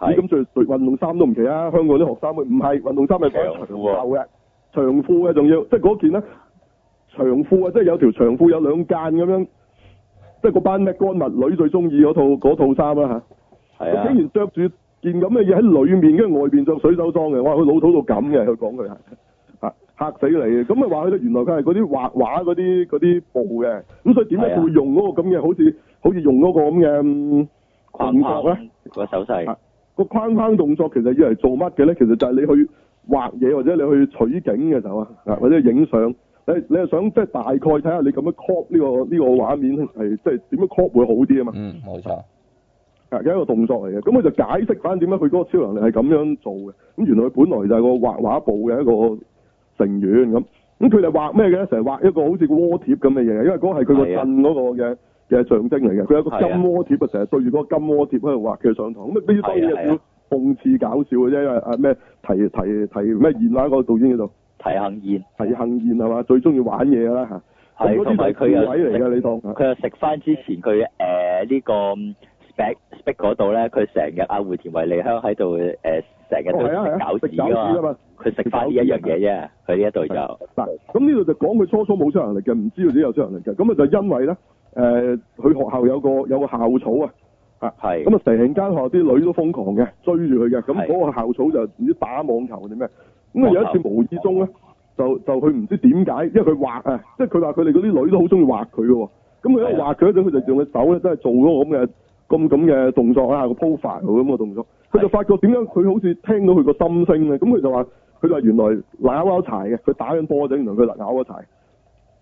S1: 咦咁
S2: 係，
S1: 着住運動衫都唔奇啊！香港啲學生妹唔係運動衫係
S4: 長褲啊
S1: 袖嘅，長褲啊嘅仲要，即係嗰件咧長褲啊，即係有條長褲有兩間咁樣，即係嗰班咩乾物女最中意嗰套嗰套衫啦嚇。
S2: 係
S1: 佢
S2: 啊
S1: 竟，然着住件咁嘅嘢喺裏面，跟住外邊着水手裝嘅，哇！佢老土到咁嘅，佢講佢 係嚇嚇死你嘅。咁咪啊話佢原來佢係嗰啲畫畫嗰啲嗰啲布嘅，咁所以點解
S2: 係啊
S1: 佢會用嗰個咁嘅好似好似用嗰個咁嘅嗯動
S2: 框
S1: 作
S2: 框
S1: 咧？
S2: 個手勢
S1: 啊，個框框動作其實要嚟做乜嘅咧？其實就係你去畫嘢或者你去取景嘅時候啊，啊或者影相。你你係想即係大概睇下你咁樣 cop 呢、個呢、個畫面係即係點樣 cop 會好啲啊嘛？
S3: 嗯冇錯，
S1: 啊，嘅一個動作嚟嘅。咁佢就解釋翻點解佢嗰個超能力係咁樣做嘅。咁原來佢本來就係個畫畫部嘅一個成員咁。咁佢哋畫咩嘅咧？成日畫一個好似鍋貼咁嘅嘢，因為嗰個係佢個
S2: 係啊
S1: 鎮嗰個嘅嘅象徵嚟嘅。佢有個
S2: 係啊
S1: 金鍋貼啊，成日對住嗰個金鍋貼喺度畫佢上堂。咁呢啲當然
S2: 係啊
S1: 係
S2: 係
S1: 少
S2: 啊
S1: 諷刺搞笑嘅啫，因為啊咩提提提咩燕啦嗰個導演叫做
S2: 提行宴，
S1: 提幸燕係嘛，最中意玩嘢㗎啦嚇。咁
S2: 係，
S1: 嗰啲
S2: 同埋
S1: 就
S2: 佢
S1: 係
S2: 又
S1: 鬼嚟
S2: 食
S1: 嘅，你當啊
S2: 佢又食翻之前佢誒呢個 spec spec 嗰度咧，佢成日啊阿胡田惠利香喺度誒，成日都
S1: 哦係啊係啊
S2: 食
S1: 食餃
S2: 餃子
S1: 子啊
S2: 噶
S1: 嘛
S2: 嘛，佢食翻呢一樣嘢啫，佢呢一度就
S1: 嗱，咁呢度就講佢初初冇超能力嘅，唔知道自己有超能力嘅，咁啊就因為咧，誒、佢學校有個有個校草啊，
S2: 係
S1: 咁啊成間學校啲女都瘋狂嘅，追住佢嘅，咁
S2: 係
S1: 嗰個校草就唔知打網球定咩，咁啊
S2: 網球
S1: 有一次無意中咧，就就佢唔知點解，因為佢畫啊，即係佢話佢哋嗰啲女都好中意畫佢嘅喎，咁佢一
S2: 係
S1: 畫佢嗰陣，佢就用隻手咧，真係做嗰個咁嘅咁咁嘅啊動作啦，個 profile 咁嘅動作，佢就
S2: 係
S1: 發覺點樣佢好似聽到佢個心聲咧，咁佢就話佢就話原來咬拗柴嘅，佢打緊波陣，原來佢咬咗柴。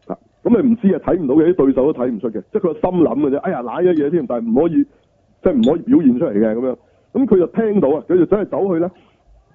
S1: 啊咁你唔知啊，睇唔到嘅啲對手都睇唔出嘅，即係佢個心諗嘅啫。哎呀，攋咗嘢添，但係唔可以，即係唔可以表現出嚟嘅咁樣。咁佢就聽到啊，佢就走去走去咧，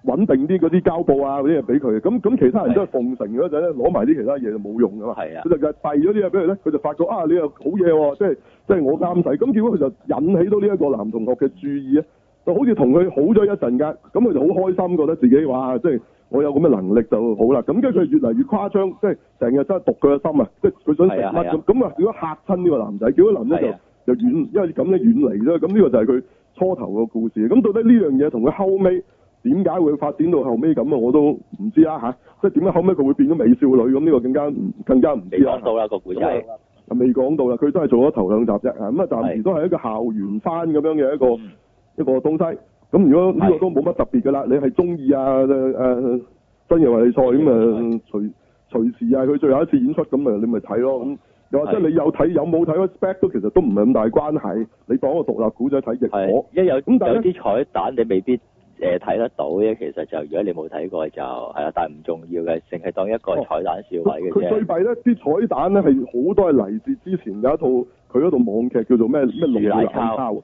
S1: 穩定啲嗰啲膠布啊嗰啲嘢俾佢。咁咁其他人都係奉承嗰陣咧，攞埋啲其他嘢就冇用噶嘛。
S2: 係啊
S1: 佢就就遞咗啲嘢俾佢咧，佢就發覺啊，你又好嘢喎，即係即係我啱使。咁結果佢就引起到呢一個男同學嘅注意啊，就好似同佢好咗一陣間，咁佢就好開心，覺得自己哇，即係我有咁嘅能力就好啦。咁跟住佢越嚟越誇張，即係成日真係毒佢嘅心啊，即係佢想食
S2: 係啊係
S1: 乜
S2: 啊
S1: 咁。咁啊，如果嚇親呢個男仔，結果男仔就
S2: 係啊
S1: 就遠，哎因為咁咧遠離咗。咁呢個就係佢初頭嘅故事。咁到底呢樣嘢同佢後尾點解會發展到後尾咁啊？我都唔知啦吓，即係點解後尾佢會變咗美少女咁？呢個更加唔更加唔知
S2: 未
S1: 啦
S2: 講。到啦個古
S1: 咁
S2: 仔
S1: 啊，未講到啦，佢都係做咗頭兩集啫。咁啊，暫時都係一個校園番咁樣嘅一個
S2: 嗯
S1: 一個東西。咁如果呢個都冇乜特別噶啦，你係中意啊誒誒真人為你賽咁啊，隨隨時啊，佢最後一次演出咁啊，你咪睇咯。咁又或者
S2: 係
S1: 你有睇有冇睇嗰 spec 都其實都唔係咁大關係。你當一個獨立古仔睇亦
S2: 係
S1: 可。
S2: 因為有
S1: 咁但係哦
S2: 有
S1: 咧
S2: 啲彩蛋你未必誒睇得到嘅，其實就如果你冇睇過就係啦，但係唔重要嘅，淨係當一個
S1: 哦
S2: 彩蛋笑
S1: 佢
S2: 位嘅
S1: 佢最
S2: 啫。
S1: 弊咧，啲彩蛋咧係好多係嚟自之前有一套佢嗰套網劇叫做咩咩龍與
S2: 樹
S1: 奶
S2: 奶
S1: 抄
S2: 抄、
S1: 啊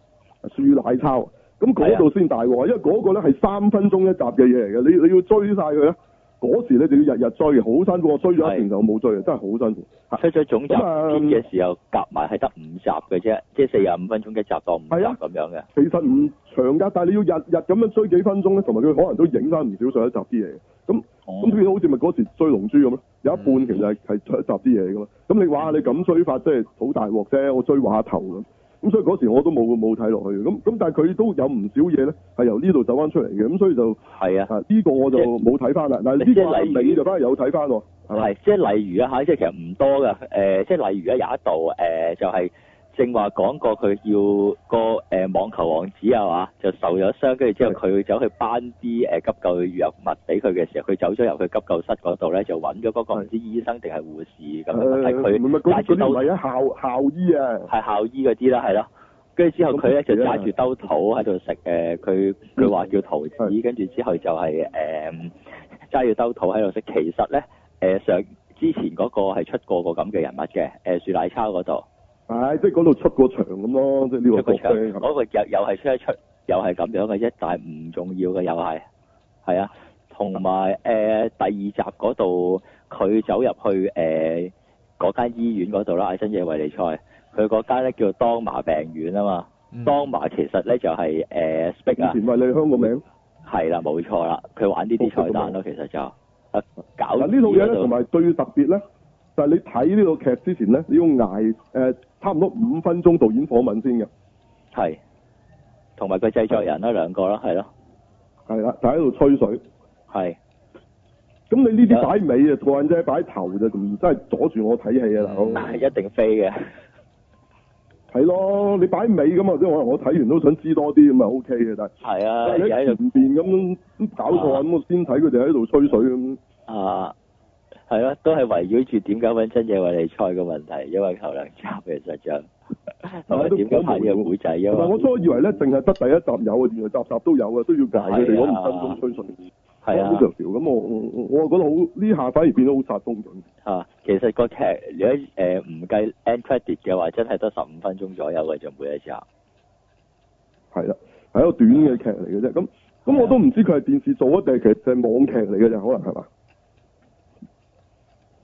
S1: 樹奶抄，咁
S2: 係
S1: 嗰
S2: 啊
S1: 度先大鑊，因為嗰個咧係三分鐘一集嘅嘢嚟嘅，你你要追晒佢咧，嗰時咧就要日日追嘅，好辛苦，我追咗一
S2: 係
S1: 段就冇追嘅，啊真係好辛苦。
S2: 出咗總集
S1: 咁啊
S2: 篇嘅時候，夾埋係得五集嘅啫，即係四十五分鐘一集當五
S1: 係
S2: 集
S1: 啊
S2: 咁樣嘅。
S1: 其實唔長㗎，但係你要日日咁樣追幾分鐘咧，同埋佢可能都影翻唔少上一集啲嘢嘅。咁咁變咗好似咪嗰時追龍珠咁咯，有一半
S2: 嗯
S1: 其實係係上一集啲嘢噶嘛。咁你話你咁追法真係好大鑊啫，我追話頭咁。咁所以嗰時我都冇冇睇落去嘅。咁咁但係佢都有唔少嘢咧，係由呢度走翻出嚟嘅。咁所以 就
S2: 係啊。
S1: 啊呢個我就
S2: 即係
S1: 冇睇翻啦。但係呢
S2: 即
S1: 個
S2: 係
S1: 阿
S2: 例如
S1: 美就反而有睇翻喎，係咪？
S2: 係，即係例如啊嚇，即係其實唔多噶。誒、即係例如啊咧有一度誒、就係、正話講過佢要個誒、網球王子啊嘛，就受咗傷，跟住之後佢走去搬啲誒急救藥物俾佢嘅時候，佢走咗入去急救室嗰度咧，就揾咗嗰個
S1: 係
S2: 唔知醫生定係護士咁樣，係
S1: 誒唔係
S2: 佢
S1: 嗰啲
S2: 揸
S1: 嗰
S2: 住
S1: 啲唔
S2: 兜
S1: 係啊校校醫啊，
S2: 係校醫嗰啲啦，係咯。跟住之後佢咧
S1: 咁
S2: 就
S1: 佢啊
S2: 揸住兜土喺度食誒，佢佢話叫桃
S1: 嗯
S2: 子，跟住之後就係誒揸住兜土喺度食。其實咧誒、上之前嗰個係出過個咁嘅人物嘅誒、樹奶抄嗰度
S1: 唉，即係嗰度出過場咁咯，即係呢
S2: 出
S1: 個
S2: 個
S1: 角
S2: 場，
S1: 色係咪
S2: 嗰個又又係出一出，又係咁樣嘅啫，但係唔重要嘅又係係啊。同埋誒第二集嗰度佢走入去誒嗰間醫院嗰度啦，艾森野維尼賽，佢嗰間咧叫當麻病院啊嘛。
S3: 嗯
S2: 當麻其實咧就係、誒 Speak
S1: 以
S2: 啊，
S1: 前為你香港名。
S2: 係啦，冇錯啦，佢玩呢啲彩蛋咯，其實就啊搞
S1: 嗱呢套嘢咧，
S2: 嗰度
S1: 同埋最特別咧，就係、你睇呢套劇之前咧，你要捱誒、呃差唔多五分鐘導演訪問先嘅，
S2: 係同埋個製作人啦，兩個啦，係咯，
S1: 係啦，就喺度吹水。
S2: 係
S1: 咁你呢啲
S2: 有
S1: 擺尾啊，個人啫擺頭就唔真係阻住我睇戲啊！大佬，
S2: 但係一定飛嘅，
S1: 係咯，你擺尾咁啊，即係可能我睇完都想知多啲咁啊，OK 嘅，但係
S2: 係啊，
S1: 但
S2: 而家
S1: 係
S2: 喺
S1: 你
S2: 度
S1: 唔變咁咁搞錯啊咁，我先睇佢哋喺度吹水咁。
S2: 啊，係咯，都係圍繞住點解揾真嘢為你賽嘅問題，因為頭兩集其實就同埋點解拍呢個古仔啊因
S1: 但係我
S2: 為
S1: 初以為咧，淨係得第一集有啊，原來集集都有啊，都要捱佢哋嗰五分鐘吹水。
S2: 係
S1: 好
S2: 啊
S1: 條。條咁我我我覺得好呢下反而變咗好殺風景。
S2: 啊，其實個劇如果誒唔計 end credit 嘅話，真係得十五分鐘左右嘅啫，每一集。
S1: 係啦，係一個短嘅劇嚟嘅啫。咁咁我都唔知佢係電視做啊，定係其實係網劇嚟嘅啫，可能係嘛？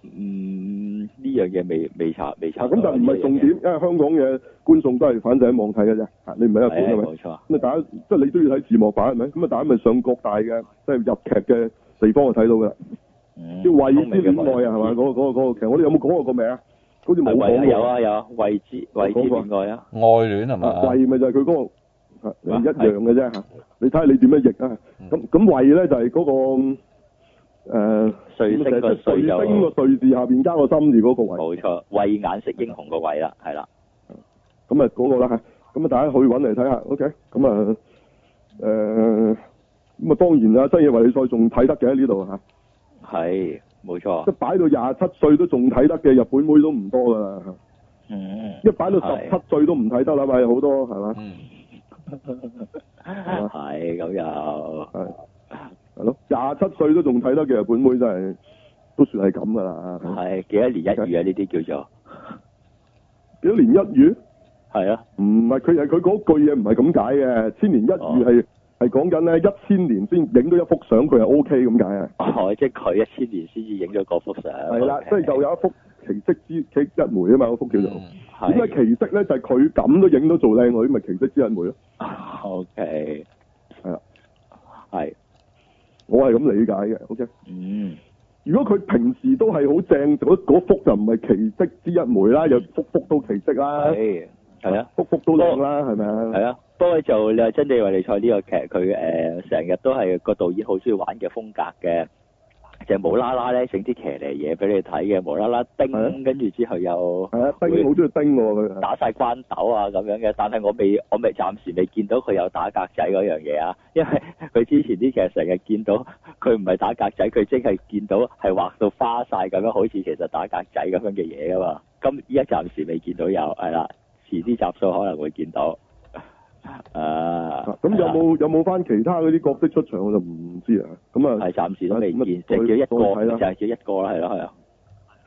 S2: 嗯，呢樣嘢未未查未查
S1: 啊
S2: 到啊。
S1: 咁但係唔係重點，因為香港嘅觀眾都係反正喺網睇嘅啫。啊你唔喺日
S2: 呢
S1: 本
S2: 樣嘢，
S1: 係
S2: 係
S1: 咪？
S2: 冇錯，
S1: 咁啊，大家即係你都要睇字幕版係咪？咁啊，大家咪上各大嘅即係入劇嘅地方就睇到㗎啦。
S2: 嗯
S1: 叫《為
S2: 聰明
S1: 之
S2: 嘅
S1: 戀愛》啊，係嘛？
S2: 位置？
S1: 嗰個嗰個嗰個劇，我哋有冇講過個名啊？好似冇
S2: 係
S1: 講
S2: 為
S1: 過。
S2: 有啊有啊，為之
S1: 我
S2: 為之
S1: 講過
S2: 戀愛啊，
S3: 愛戀係嘛？
S1: 貴咪就係佢嗰個啊
S2: 啊
S1: 一樣嘅啫嚇，你睇下你點樣譯啊？咁咁貴咧就係嗰個呃啊誒
S2: 瑞星個
S1: 瑞
S2: 瑞
S1: 星
S2: 就
S1: 個瑞字下邊加個心字嗰個位，
S2: 冇錯，慧眼識英雄個位啦，係啦，
S1: 咁啊嗰個啦嚇，咁啊大家去揾嚟睇下，OK，咁啊誒咁啊當然啦，真嘢為你賽仲睇得嘅喺呢度
S2: 啊
S1: 嚇，
S2: 係冇錯
S1: 即係，擺到廿七歲都仲睇得嘅日本妹都唔多噶啦，
S2: 嗯，
S1: 一擺到十七歲都唔睇得啦，咪好
S3: Ừ.
S1: 多係嘛？
S3: 嗯，
S2: 係咁又
S1: 係係咯，廿七歲都仲睇得嘅日本妹真係都算係咁㗎啦。
S2: 係幾多年一遇啊？呢啲叫
S1: 幾多年一遇？
S2: 做係啊，
S1: 唔係佢係佢嗰句嘢唔係咁解嘅，千年一遇係係講緊咧一千年先影到一幅相，佢係 O K 咁解啊。
S2: 哦， 即係佢一千年先至影咗嗰幅相。
S1: 係啦，
S2: OK
S1: 即係就有一幅奇蹟之奇蹟一枚啊嘛，嗰幅叫做。
S2: 係
S1: 點解奇蹟咧？就係佢咁都影到做靚女，咪奇蹟之一枚咯。
S2: O K，
S1: 係啦，
S2: 係，
S1: 我係咁理解嘅。O K，
S2: 嗯，
S1: 如果佢平時都係好正，嗰嗰幅就唔係奇蹟之一枚啦，又幅幅都奇蹟啦，
S2: 係，係啊，
S1: 幅幅都靚啦，係咪
S2: 係
S1: 啊？
S2: 啊。不過就你話真地為利賽呢個劇，佢誒成日都係個導演好中意玩嘅風格嘅，就係無啦啦咧整啲騎呢嘢俾你睇嘅，無啦啦
S1: 係
S2: 叮，跟住之後又。
S1: 係啊，丁好中意丁喎佢。
S2: 打晒關鬥啊咁樣嘅，但係我未我未暫時未見到佢有打格仔嗰樣嘢啊， 因為佢之前啲劇成日見到佢唔係打格仔，佢即係見到係畫到花晒咁樣，好似其實打格仔咁樣嘅嘢啊嘛。咁依家暫時未見到有，係啦，遲啲集數可能會見到。啊，
S1: 咁有冇有冇翻其他嗰啲角色出場我就唔知啦。咁啊
S2: 係，暫時都未見，
S1: 再
S2: 就叫一
S1: 再睇
S2: 個，
S1: 啦
S2: 就係叫一個啦，係咯係啊，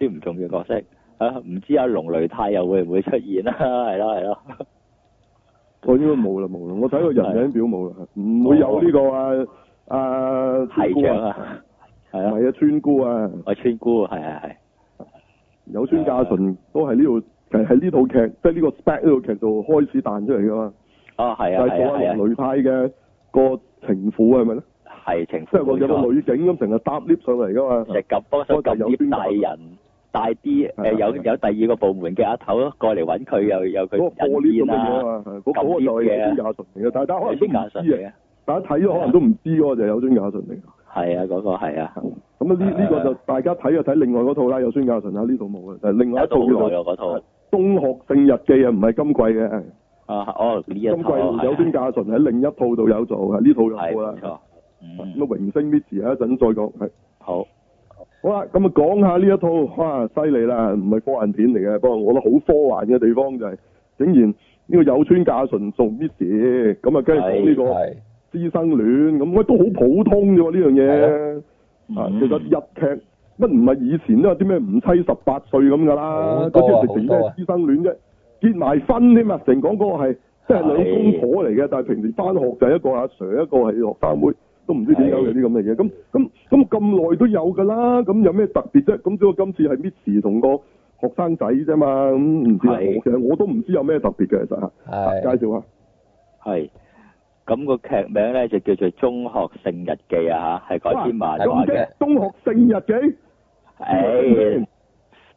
S2: 啲唔重要角色啊，唔知阿龍雷泰又會唔會出現啦，係咯係咯。
S1: 我應該冇啦冇啦，我睇個人名表冇啦，唔會有呢個啊啊村
S2: 係
S1: 姑
S2: 長
S1: 啊，
S2: 啊，係
S1: 唔
S2: 啊，
S1: 係啊村姑啊，
S2: 我村姑係係係，
S1: 有村架
S2: 啊
S1: 純都係呢度係喺呢套劇，即係呢個 spec 呢套劇度開始彈出嚟噶嘛，
S2: 哦係
S1: 就係做
S2: 啊係啊係
S1: 阿
S2: 啊，
S1: 雷太嘅個情婦係咪咧？
S2: 係情
S1: 即
S2: 婦
S1: 係個有個
S2: 冇
S1: 女警咁成日搭 lift 上嚟噶嘛
S2: 錯，，成日撳幫手撳啲大人大啲
S1: 係啊
S2: 誒有
S1: 係啊
S2: 有第二個部門嘅阿頭過嚟揾佢，啊又又
S1: 嗰個
S2: 佢
S1: 破 lift
S2: 引
S1: 咁
S2: 煙
S1: 嘅嘢
S2: 啊，
S1: 啊嘛，係嗰嗰個就係有村架純嚟嘅，但係大家可
S2: 有
S1: 能都唔知啊，大家睇咗可能
S2: 啲假信嘅，
S1: 都唔知啊嗰個就係有村架純嚟嘅。
S2: 係啊嗰個係啊，
S1: 咁啊呢呢個就
S2: 誒
S1: 大家睇就睇另外嗰套啦，有孫教純啦，呢套冇啊，但係另外一
S2: 睇
S1: 套
S2: 到
S1: 叫
S2: 好耐
S1: 做
S2: 咯嗰套
S1: 《中學性日記》啊，唔係今季嘅，
S2: 啊哦呢一
S1: 今
S2: 套
S1: 季有
S2: 係
S1: 孫教純喺另一套度有做啊，呢套就
S2: 係
S1: 冇啦
S2: 冇。錯，
S1: 咁
S2: 嗯
S1: 啊，榮星 Miss 啊，一陣再講。係
S2: 好
S1: 好啦，咁啊講下呢一套，哇，犀利啦，唔係科幻片嚟嘅，不過我覺得好科幻嘅地方就係、竟然呢個有村架純做 Miss，咁啊，跟住講呢個
S3: 係
S1: 師生戀，咁喂都好普通啫喎呢樣
S3: 係
S1: 嘢。啊，
S3: 嗯
S1: 其實日劇乜唔係以前都有啲咩唔妻十八歲咁噶啦，
S3: 好
S1: 嗰
S3: 多啊
S1: 啲直情咩
S3: 好多啊
S1: 師生戀啫，結埋婚添啊！成講嗰個係即係兩公婆嚟嘅，但係平時翻學就係一個阿 Sir，一個係學生妹，都唔知點解有啲咁嘅嘢。咁咁咁咁耐都有㗎啦，咁有咩特別啫？咁只不過今次係 Miss 同個學生仔啫嘛，咁唔知啊
S2: 係
S1: 我其實我都唔知有咩特別嘅，其實嚇
S3: 係
S1: 介紹下。
S2: 係。咁個劇名咧就叫做《中學性日記》啊嚇，係改編漫
S1: 咁
S2: 畫
S1: 即
S2: 嘅
S1: 係。中學性日記。哎
S2: 誒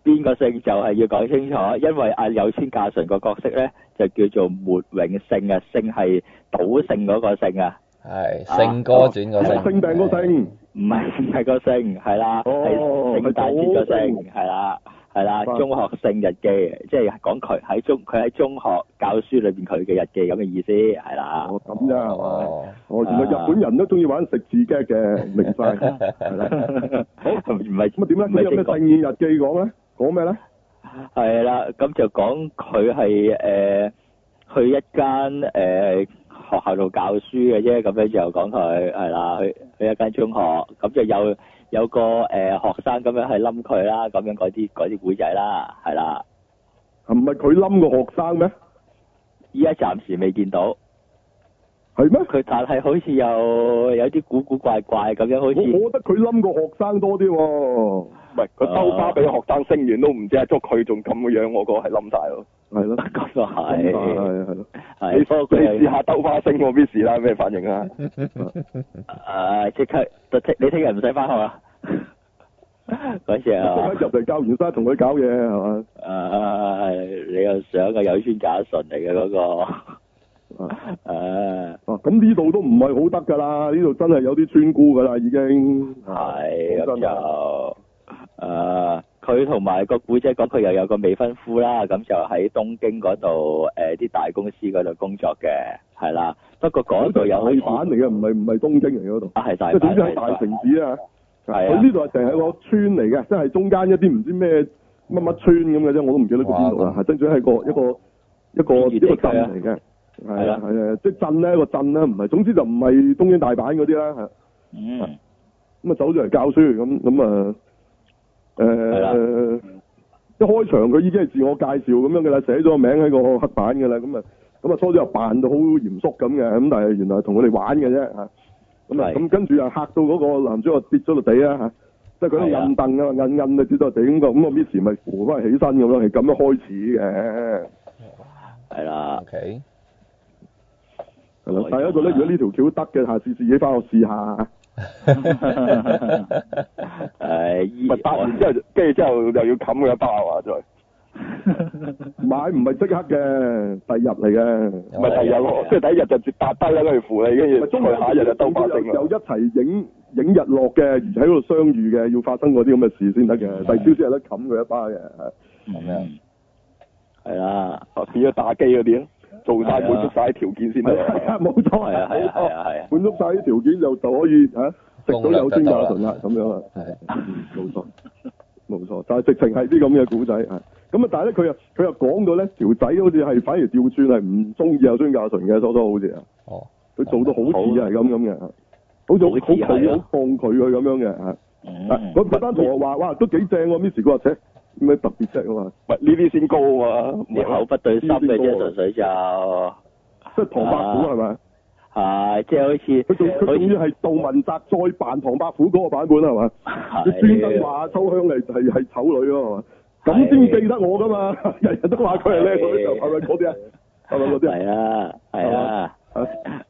S2: 邊個姓就係要講清楚，
S1: 嗯
S2: 因為阿有村架純個角色咧就叫做末永姓啊，姓係賭聖嗰個姓啊，
S3: 係聖歌轉個聖，
S1: 性病個性，
S2: 唔係唔係個姓，係啦，
S1: 嗯哦
S2: 係聖誕節個
S1: 係
S2: 姓
S1: 賭，
S2: 係啦，係啦，
S1: 明白
S2: 中學性日記，即係講佢喺中佢喺中學教書裏邊佢嘅日記咁嘅意思，係啦，
S1: 哦咁咋係嘛？
S3: 哦，
S1: 哦，原來日本人都中意玩食字 g 嘅，明 晒。係啦
S2: 好 唔係
S1: 咁啊點咧？
S2: 唔
S1: 咁
S2: 係
S1: 有咩
S2: 正確
S1: 聖宴日記講咧？講咩咧？
S2: 係啦，咁就講佢係誒去一間誒、呃、學校度教書嘅啫，咁樣就講佢係啦，去去一間中學，咁就有有個誒、呃、學生咁樣去冧佢啦，咁樣嗰啲嗰啲古仔啦，係啦，
S1: 係啊唔係佢冧個學生咩？
S2: 依家暫時未見到
S1: 係咩？
S2: 佢，但係好似又有啲古古怪怪咁樣，好
S1: 我
S2: 似
S1: 我覺得佢冧個學生多啲喎。
S4: 唔係
S2: 啊
S4: 佢兜巴俾學生升完都唔知啊，祝佢仲咁嘅樣，我個係冧晒咯。
S1: 係咯，
S2: 哦咁又
S1: 係
S2: 係
S1: 係係咯。
S4: 你
S2: 係，不過佢係
S4: 你試下兜巴升我 miss 啦，咩反應啊？
S2: 嗯誒啊即刻，你聽日唔使翻學啦，嗰時啊。
S1: 即刻入嚟教完生同佢搞嘢係嘛？
S2: 誒、你又想個有村假純嚟嘅嗰個，
S1: 啊
S2: 誒、啊，
S1: 啊咁呢度都唔係好得㗎啦，呢度真係有啲村姑㗎啦已經。
S2: 係咁
S1: 講真啊
S2: 就誒，佢同埋個古仔講佢又有個未婚夫啦，咁就喺東京嗰度誒啲大公司嗰度工作嘅，係啦。不過嗰度又好
S1: 係反
S2: 似
S1: 嚟嘅，唔係唔係東京嚟嘅嗰度。
S2: 啊係大
S1: 即係總之喺
S2: 阪，
S1: 大
S2: 係
S1: 城市啊。
S2: 係
S1: 佢
S2: 啊
S1: 呢度係淨係個村嚟嘅，即係中間一啲唔知咩乜乜村咁嘅啫，我都唔記得佢邊度啦。係真係一個一個一個一個鎮嚟嘅，係
S2: 係
S1: 啊
S2: 啊
S1: 係啊，即係鎮咧個鎮啦，唔係總之就唔係東京大阪嗰啲啦，
S2: 嗯，
S1: 咁啊走咗嚟教書，咁咁啊，誒、
S2: 啦
S1: 一開場佢已經係自我介紹咁樣嘅啦，寫咗個名喺個黑板嘅啦，咁啊咁啊初初又扮到好嚴肅咁嘅，咁但係原來係同佢哋玩嘅啫嚇，咁啊
S2: 係
S1: 咁跟住又嚇到嗰個男主角跌咗落地啦嚇，即係佢
S2: 係
S1: 都
S2: 啊
S1: 摁凳啊嘛，摁摁啊跌咗落地咁個咁個 Miss 咪扶翻起身咁咯，係咁樣開始嘅。
S2: 係啦，
S3: ờ, OK，
S1: 係啦
S2: 可以，
S1: 大家覺得
S2: 啊
S1: 如果呢條橋得嘅，下次自己翻去試 下。
S2: 誒依
S4: 咪搭完之後，跟住之後又要冚佢一巴啊！
S2: 哦
S4: 真係，
S1: 買唔係即刻嘅，第日嚟嘅。
S4: 唔係第日
S2: 哦
S4: 喎，即係第一日就接搭低啦，跟住扶你，跟
S1: 咪
S4: 住
S1: 中
S4: 佢下一日就兜巴正
S1: 有一
S4: 啦。
S1: 齊影影日落嘅，而喺嗰度相遇嘅，要發生嗰啲咁嘅事先得嘅。第二朝先有得冚佢一巴嘅。
S2: 咁樣，係啦，
S4: 啊變咗打機嗰啲咯，做晒
S2: 係啊
S4: 滿足晒條件先得
S1: 係。啊，冇錯，
S2: 係啊係啊係啊係啊
S1: 滿足晒啲條件就就可以嚇食到有天價醇啦，咁樣啊。
S3: 係
S1: 嗯冇錯，冇錯，但係直情係啲咁嘅古仔啊。咁啊，但係咧，佢又佢又講到咧，條仔好似係反而調轉係唔中意有孫亞純嘅，初初好似啊，
S3: 哦，
S1: 佢做到好似係咁咁嘅，好似好
S2: 啊好似係啊
S1: 好佢好抗拒佢咁樣嘅啊。
S2: 嗯
S1: 啊嗰嗰班同學話：哇，都幾正喎！Miss 佢話：切，有咩特別啫？我話
S4: 喂，呢啲先高啊嘛，
S2: 啲口不對心嘅啫，純粹就
S1: 即係唐伯虎係
S2: 啊
S1: 咪？
S2: 係即係好似
S1: 佢仲佢
S2: 好
S1: 仲
S2: 似
S1: 要係杜汶澤再扮唐伯虎嗰個版本啊係咪？
S2: 啊
S1: 佢專登話秋香嚟係係醜女啊嘛，咁先記得我噶嘛， 人人都話佢係靚女，就係咪嗰啲啊？
S2: 哎
S1: 係咪嗰啲啊？
S2: 係啦係啦，
S1: 啊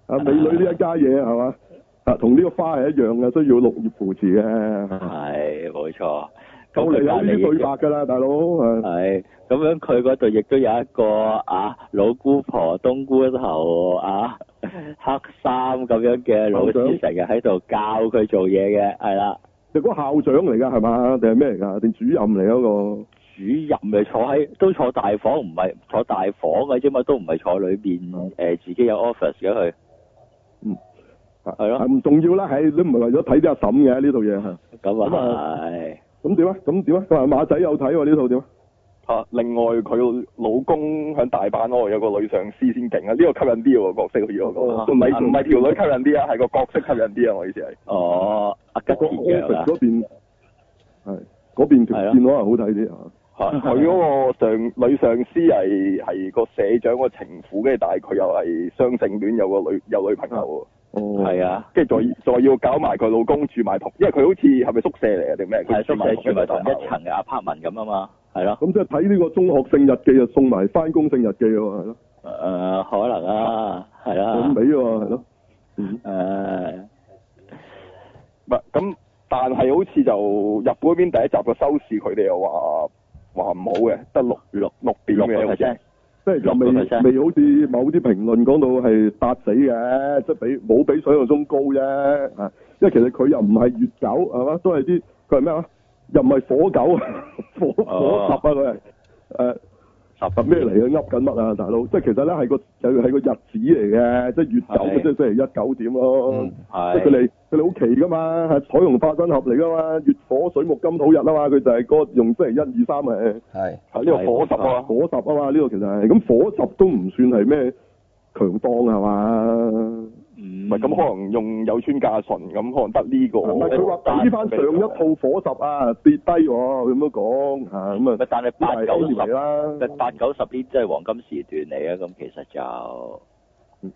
S1: 啊美女呢一家嘢係嘛？啊，同呢個花係一樣嘅，需要綠葉扶持
S2: 啊
S1: 嘅。
S2: 係冇錯。
S1: 就嚟啊
S2: 咁
S1: 有呢啲對
S2: 佢
S1: 白㗎啦，大佬。啊
S2: 係，咁樣佢嗰度亦都有一個啊老姑婆、冬菇頭 啊黑衫咁樣嘅老師，成日喺度教佢做嘢嘅，係啦，
S1: 你嗰個校長嚟㗎係嘛？定係咩嚟㗎？定主任嚟嗰個？
S2: 主任咪坐喺都坐大房，唔係坐大房嘅啫嘛，都唔係坐裏邊
S1: 嗯
S2: 誒、呃自己有 office 嘅佢，係咯
S1: 啊唔重要啦，係都唔係為咗睇啲阿嬸嘅呢套嘢係。
S2: 咁
S1: 咁
S2: 啊
S1: 啊
S2: 係，
S1: 咁點啊？咁點啊？佢話馬仔有睇喎呢套點啊？
S4: 啊，另外佢老公喺大阪嗰度有個女上司先勁啊，呢、個吸引啲喎角色好似我
S1: 哦
S4: 講，唔係唔係條女吸引啲啊，係個角色吸引啲啊，我意思係。
S2: 哦阿吉
S1: 個
S2: 田羊
S1: office
S2: 啊，
S1: 嗰邊係嗰邊條
S2: 係
S1: 線
S2: 咯
S1: 可能好睇啲啊。
S4: 嚇佢嗰個上女上司係係個社長個情婦，跟住但係佢又係雙性戀，有個女有女朋友
S1: 哦，
S2: 係啊
S4: 喎，，跟住再再要搞埋佢老公住埋同，因為佢好似係咪宿舍嚟啊定咩？
S2: 係
S4: 佢
S2: 宿舍住埋同
S4: 一個
S2: 一層嘅 apartment 咁啊嘛，係咯，
S1: 咁即係睇呢個中學性日記就送埋翻工性日記喎，係咯，
S2: 誒、可能啊，係
S1: 咁
S2: 啦，
S1: 尾喎，係咯。嗯
S2: 誒、
S4: 唔係咁，但係好似就日本嗰邊第一集個收視，佢哋又話話唔好嘅，得六六六點
S2: 六
S4: 嘅
S2: 個
S4: 好似係
S2: percent。。
S1: 即係就未
S2: 六個 percent
S1: 未好似某啲評論講到係搭死嘅，即係比冇比想象中高啫。啊，因為其實佢又唔係月狗係嘛，都係啲佢係咩啊？又唔係火狗， 火火十啊佢係誒十咩嚟嘅？噏緊乜啊，大佬？即係其實咧係個係係個日子嚟嘅，即係月狗
S2: 係
S1: 即係星期一九點咯。
S3: 嗯
S1: 即係佢哋佢哋好奇噶嘛，係彩虹化身盒嚟噶嘛，月火水木金土日啊嘛，佢就係嗰個用星期一二三係。
S3: 係
S4: 係呢個火十啊，
S1: 火十啊嘛，呢、個其實係咁火十都唔算係咩強當係嘛？
S2: 唔
S4: 唔係咁可能用有村架純咁，可能得呢個。
S1: 嗯
S2: 哦
S1: 唔係佢話比翻上一套火十啊跌低喎，咁樣講嚇咁
S2: 咪
S1: 啊，
S2: 但
S1: 咁
S2: 係
S1: 啊
S2: 八
S1: 係
S2: 九
S1: anyway
S2: 十，咪
S1: 啦。
S2: 八九十呢啲係黃金時段嚟啊！咁其實就
S1: 嗯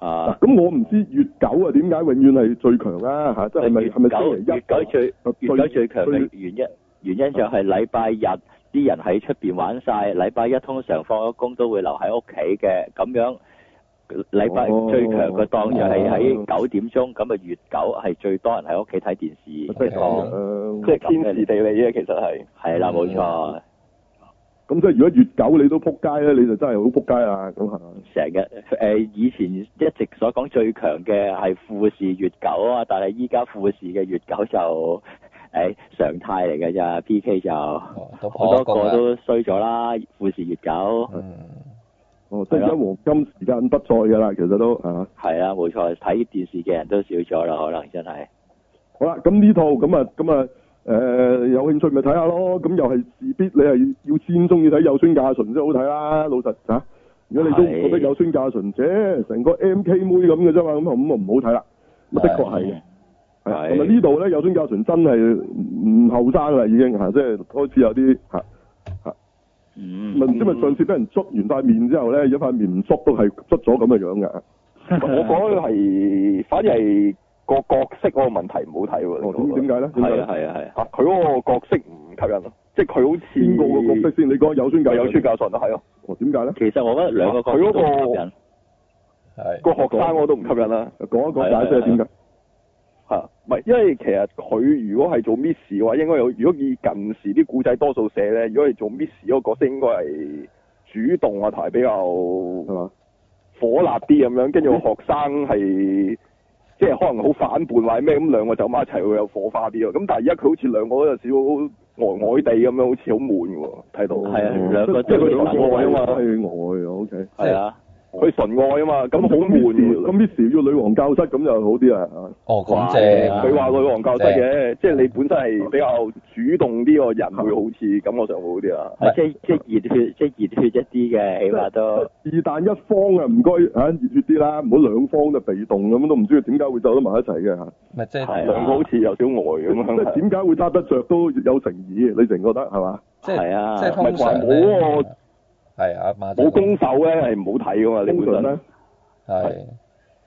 S1: 嗱
S2: 啊，
S1: 咁我唔知月九啊點解永遠係最強啦嚇，即係係咪
S2: 月
S1: 係咪
S2: 九
S1: 星期一啊
S2: 月九最月九最強嘅
S1: 最
S2: 原因原因就係禮拜日啲人喺出邊玩晒，禮拜一通常放咗工都會留喺屋企嘅，咁樣禮拜
S1: 哦
S2: 最強嘅檔就係
S1: 哦
S2: 喺九點鐘，咁啊月九係最多人喺屋企睇電視
S1: 即係
S2: 嘅
S1: 咁
S2: 檔，
S1: 樣
S4: 即係天時地利嘅，其實係。
S2: 係啦冇錯，
S1: 咁即係如果月九你都撲街咧，你就真係好撲街啦咁係啊嘛？
S2: 成日誒以前一直所講最強嘅係富士月九啊，但係依家富士嘅月九就誒、常態嚟嘅咋，P.K. 就好
S3: 哦
S2: 多
S3: 都破功
S2: 個
S3: 啦。
S2: 都衰咗啦，富士月九
S3: 嗯
S1: 哦，
S2: 啊
S1: 即係而家黃金時間不再㗎啦，其實都啊係嘛？
S2: 係啦，冇錯，睇電視嘅人都少咗啦，可能真係
S1: 好啦，咁呢套咁啊，咁啊，誒、有興趣咪睇下咯。咁又係事必你係要先中意睇有孫嫁純先好睇啦，老實嚇、如果你都唔覺得有孫嫁純啫，成個 M K 啊妹咁嘅啫嘛，咁啊咁啊唔好睇啦。咁的確係嘅，係啊
S2: 係
S1: 同埋呢度咧，有孫教純真係唔後生啦，已經啊嚇，即係開始有啲嚇，
S2: 嗯，
S1: 咪唔知咪上次俾人捽完塊面之後咧，而家塊面唔捽都係捽咗咁嘅樣嘅。
S4: 我講係反而係個角色嗰個問題唔好睇喎。
S1: 哦，咁點解咧？點解
S2: 係啊
S1: 咧？
S2: 係啊係啊，
S4: 啊，佢嗰個角色唔吸引咯，啊即係佢好似
S1: 邊個個角色先？你講有孫教純
S4: 又有孫教授啊，係咯，
S1: 哦，點解咧？
S2: 其實我覺得兩個角
S4: 佢
S2: 色
S4: 嗰
S2: 都
S4: 個
S2: 吸引，
S3: 係
S4: 個學生我都唔吸引啦。
S1: 講一講解釋下點解？嗯
S4: 嚇，唔係，因為其實佢如果係做 Miss 嘅話，應該有。如果以近時啲古仔多數寫咧，如果係做 Miss 嗰個角色，應該係主動啊，同埋比較
S1: 係嘛？
S4: 火辣啲咁樣，跟住個學生係即係可能好反叛或者咩咁，兩個走埋一齊會有火花啲咯。咁但係而家佢好似兩個都有少少呆呆地咁樣，好似好悶喎，睇到。
S2: 係啊兩個
S1: 哦即係佢
S4: 都
S1: 兩
S4: 係
S1: 個位啊嘛，
S4: 我
S1: 係外 O K。
S2: 係啊，
S4: 佢純愛啊嘛，咁好悶
S1: 咁
S4: 喎。
S1: Miss 要女王教室咁就好啲啊。啊
S3: 哦咁正啊，
S4: 佢話女王教室
S3: 正，
S4: 嘅，即係你本身係比較主動啲個人，會好似感覺上會好啲啊啦。
S3: 唔係
S2: 即係即係熱血，即係熱血一啲嘅，起碼都
S1: 是但一方啊，唔該嚇熱血啲啦，唔好兩方就被動咁，都唔知佢點解會走得埋一齊嘅嚇。
S3: 咪即
S2: 係
S3: 係
S2: 啊
S4: 兩個好似有少呆
S1: 即
S4: 咁樣。
S1: 係點解會搭得着都有誠意？你成覺得係嘛？
S3: 即係
S2: 係啊
S3: 即係通常
S4: 咪話冇
S3: 咧
S4: 個
S3: 係啊，馬仔
S4: 冇攻守咧係唔好睇噶嘛，你
S1: 通
S4: 本
S1: 常
S4: 身
S1: 咧，
S3: 係。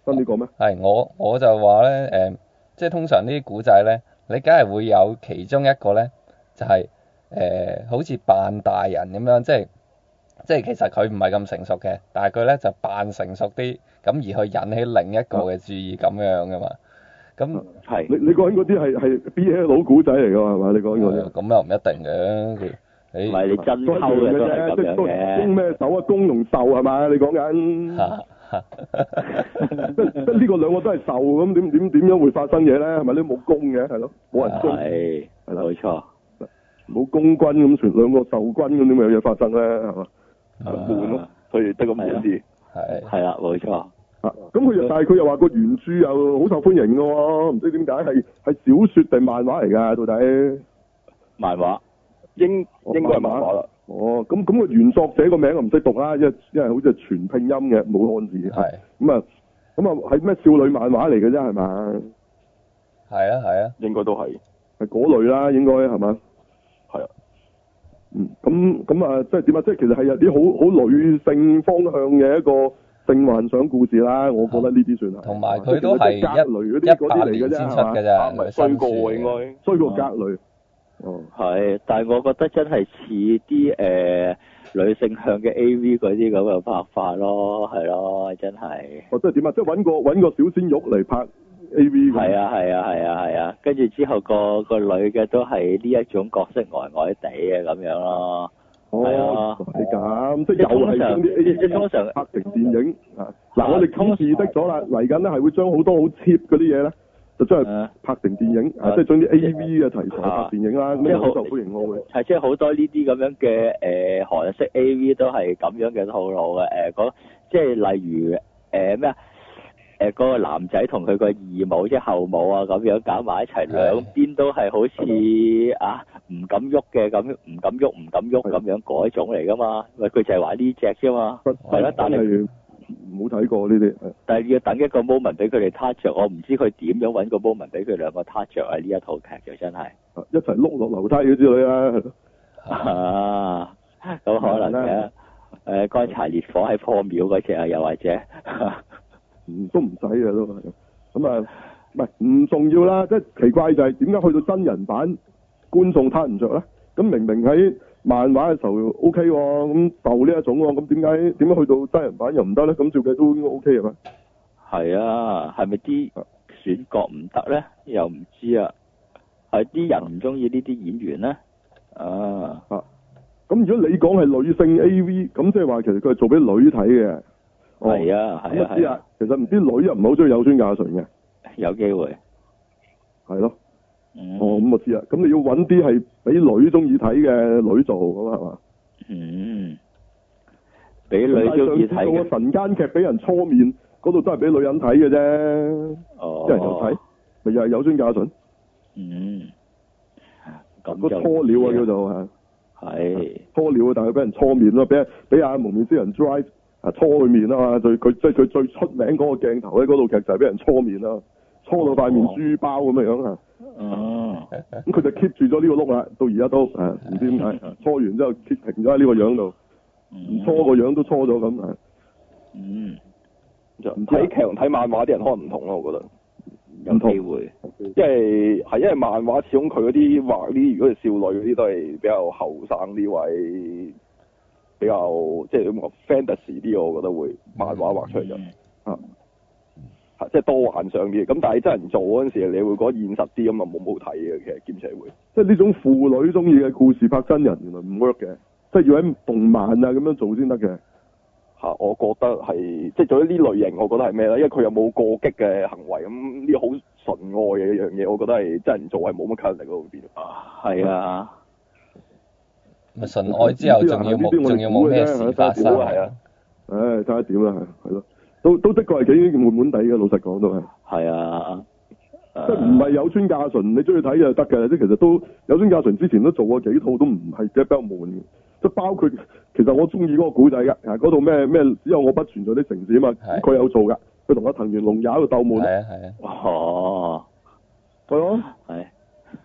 S1: 分啊呢個咩？
S3: 係我我就話咧，誒、即係通常呢啲古仔咧，你梗係會有其中一個咧，就係、誒、好似扮大人咁樣，即係即係其實佢唔係咁成熟嘅，但係佢咧就扮成熟啲，咁而去引起另一個嘅注意咁樣噶嘛。咁
S2: 係
S1: 你你講緊嗰啲係係 B L 老古仔嚟㗎係嘛？你講緊嗰啲
S3: 誒。咁又唔一定嘅，佢
S2: 唔
S3: 你
S2: 係你真溝
S1: 都一
S2: 嘅
S1: 樣
S2: 都
S1: 嘅啫
S2: 係咁
S1: 即
S2: 樣
S1: 係攻
S2: 嘅，
S1: 咩手啊？攻同受係嘛？你講緊。
S3: 嚇嚇
S1: 即即呢個兩個都係受咁，點點點樣會發生嘢咧？係咪你冇攻嘅係咯？冇人攻，
S2: 係
S1: 係啦
S2: 冇錯，
S1: 冇攻軍咁，全兩個受軍咁，點會有嘢發生咧？係嘛？
S4: 悶咯，所以得咁悶啲。
S3: 係
S2: 啊係啦冇錯，
S1: 啊咁佢又但係佢又話個原著又好受歡迎嘅喎，唔知點解係係小説定漫畫嚟㗎？到底？
S2: 漫畫
S4: 應應該係漫畫啦。
S1: 哦，咁咁個原作者個名我唔識讀啦，因為因為好似係全拼音嘅，冇漢字。
S3: 係
S1: 咁啊，咁啊係咩少女漫畫嚟嘅啫？係嘛？
S3: 係啊係啊，
S4: 應該都係，
S1: 係嗰類啦，應該係嘛？
S4: 係啊，
S1: 嗯，咁咁啊，即係點啊？即係其實係有啲好好女性方向嘅一個性幻想故事啦，我覺得呢啲算係。啊
S3: 同埋佢都係
S1: 即係隔
S3: 一
S1: 離嗰
S3: 一
S1: 啲嗰
S3: 八
S1: 啲嚟
S3: 年
S1: 嘅
S3: 先
S1: 啫，
S3: 出
S1: 係
S3: 嘅
S1: 嘛？
S3: 咋，
S4: 唔係
S3: 佢
S4: 衰
S3: 新
S4: 過
S3: 書
S4: 喎
S3: 嚟
S4: 應
S3: 嘅
S4: 該。
S1: 衰過隔離。哦，
S2: 係，但係我覺得真係似啲誒女性向嘅 A.V. 嗰啲咁嘅拍法咯，係咯，真係。
S1: 哦，即係點啊？即係揾個揾個小鮮肉嚟拍 A V
S2: 係
S1: 啊，
S2: 啊係啊係啊係啊，跟住之後個個女嘅都係呢一種角色呆呆地嘅咁樣咯，
S1: 哦，係咁，即係又係將啲 A
S2: 即係
S1: V
S2: 通常
S1: 拍成電影啊！嗱，我哋今次的咗啦，嚟緊咧係會將好多好 cheap 嗰啲嘢咧，就將佢
S2: 啊
S1: 拍成電影啊，
S2: 啊
S1: 即係將啲 A V 嘅題材拍
S2: 啊
S1: 電影啦，
S2: 即
S1: 咁
S2: 係
S1: 好
S2: 好
S1: 受歡迎我會。
S2: 係即係好多呢啲咁樣嘅誒韓式 A.V. 都係咁樣嘅套路嘅誒，呃嗰即係例如誒咩啊？誒嗰、個男仔同佢個義母即係後母啊咁樣搞埋一齊，
S3: 係
S2: 兩邊都係好似啊唔敢喐嘅咁，唔敢喐唔敢喐咁樣嗰種嚟噶嘛，咪佢就係玩呢只啫
S1: 哦
S2: 嘛，係啦，但係
S1: 真係冇睇過呢啲，係
S2: 但係要等一個 moment 俾佢哋 touch 啊着，我唔知佢點樣揾個 moment 俾佢兩個 touch 着啊！呢一套劇就真係
S1: 啊一齊碌落樓梯嗰之類啦。
S2: 啊，咁可能嘅。誒，乾柴烈火喺破廟嗰只啊，又或者
S1: 唔都唔使嘅都係咁啊，唔係唔重要啦。即係奇怪就係點解去到真人版觀眾攤唔着咧？咁明明喺漫畫嘅時候 O K 喎，咁就呢一種喎，咁點解點解去到真人版又唔得咧？咁照計都應該 O K 係咪？
S2: 係啊，係咪啲選角唔得咧？又唔知啊，係啲人唔中意呢啲演員咧？
S1: 哦
S2: 啊，
S1: 咁如果你講係女性 A V，咁即係話其實佢係做俾女睇嘅。哦
S2: 係啊，係
S1: 咁
S2: 啊，
S1: 啊知
S2: 係
S1: 啊
S2: 啊，，
S1: 其實唔知女又唔係好中意有孫亞純嘅，
S2: 有機會。
S1: 係咯。
S2: 嗯
S1: 哦，咁我知啦。咁你要揾啲係俾女中意睇嘅女做咁啊係嘛？
S2: 嗯，俾女
S1: 啊
S2: 中意睇
S1: 但係上次
S2: 嘅
S1: 做個晨間劇俾人搓面，嗰度都係俾女人睇嘅啫，
S2: 哦
S1: 啲人又睇，咪又係有孫家純
S2: 嗯，
S1: 個
S2: 咁就
S1: 搓料啊叫做係
S2: 係
S1: 搓料啊，但係佢俾人搓面咯，俾俾阿蒙面超人 drive 啊搓佢面啊嘛，最佢即係佢最出名嗰個鏡頭喺嗰套劇就係俾人搓面啦，搓到塊
S2: 哦
S1: 面豬包咁樣樣啊！
S5: 哦，
S1: 咁佢就 keep 住咗呢個碌啦，到而家都誒唔知點 解搓完之後 keep 停咗喺呢個樣度，唔
S2: 嗯
S5: 唔
S1: 搓個樣都搓咗咁啊！
S5: 嗯，
S4: 就啊睇劇同睇漫畫啲人可能唔同咯，我覺得。
S2: 有機會，
S4: 因為嗯係因為漫畫始終佢嗰啲畫呢，如果係少女嗰啲都係比較後生啲位，比較即係咁講 fantasy 啲，我覺得會漫畫畫出嚟就
S1: 啊
S5: 嗯
S4: 係即係多幻想啲。咁但係真人做嗰陣時，你會覺得現實啲咁啊冇咁好睇嘅，其實兼且會。
S1: 即係呢種父女中意嘅故事拍真人原來唔 work 嘅，即係要喺動漫啊咁樣做先得嘅。
S4: 嚇，我覺得係即係做咗呢類型，我覺得係咩咧？因為佢又冇過激嘅行為，咁呢好純愛嘅一樣嘢，我覺得係真人做係冇乜吸引力咯，會變。
S2: 係啊，
S3: 咪純愛之後
S1: 啊
S3: 仲要冇仲要冇咩事發生
S4: 係啊，
S1: 唉，睇下點啦，係係咯，都都的確係幾悶悶地嘅，老實講都係，
S2: 係啊，
S1: 即係唔係有村架純，你中意睇就得嘅，即係其實都有村架純之前都做過幾套，都唔係即係比較悶嘅，即係包括其實我中意嗰個古仔嘅，啊嗰套咩咩只有我不存在的城市啊嘛，
S3: 係
S1: 佢有做㗎，佢同阿藤原龍也喺度鬥悶，
S3: 係啊係啊，
S2: 哦，
S1: 係咯，
S2: 係，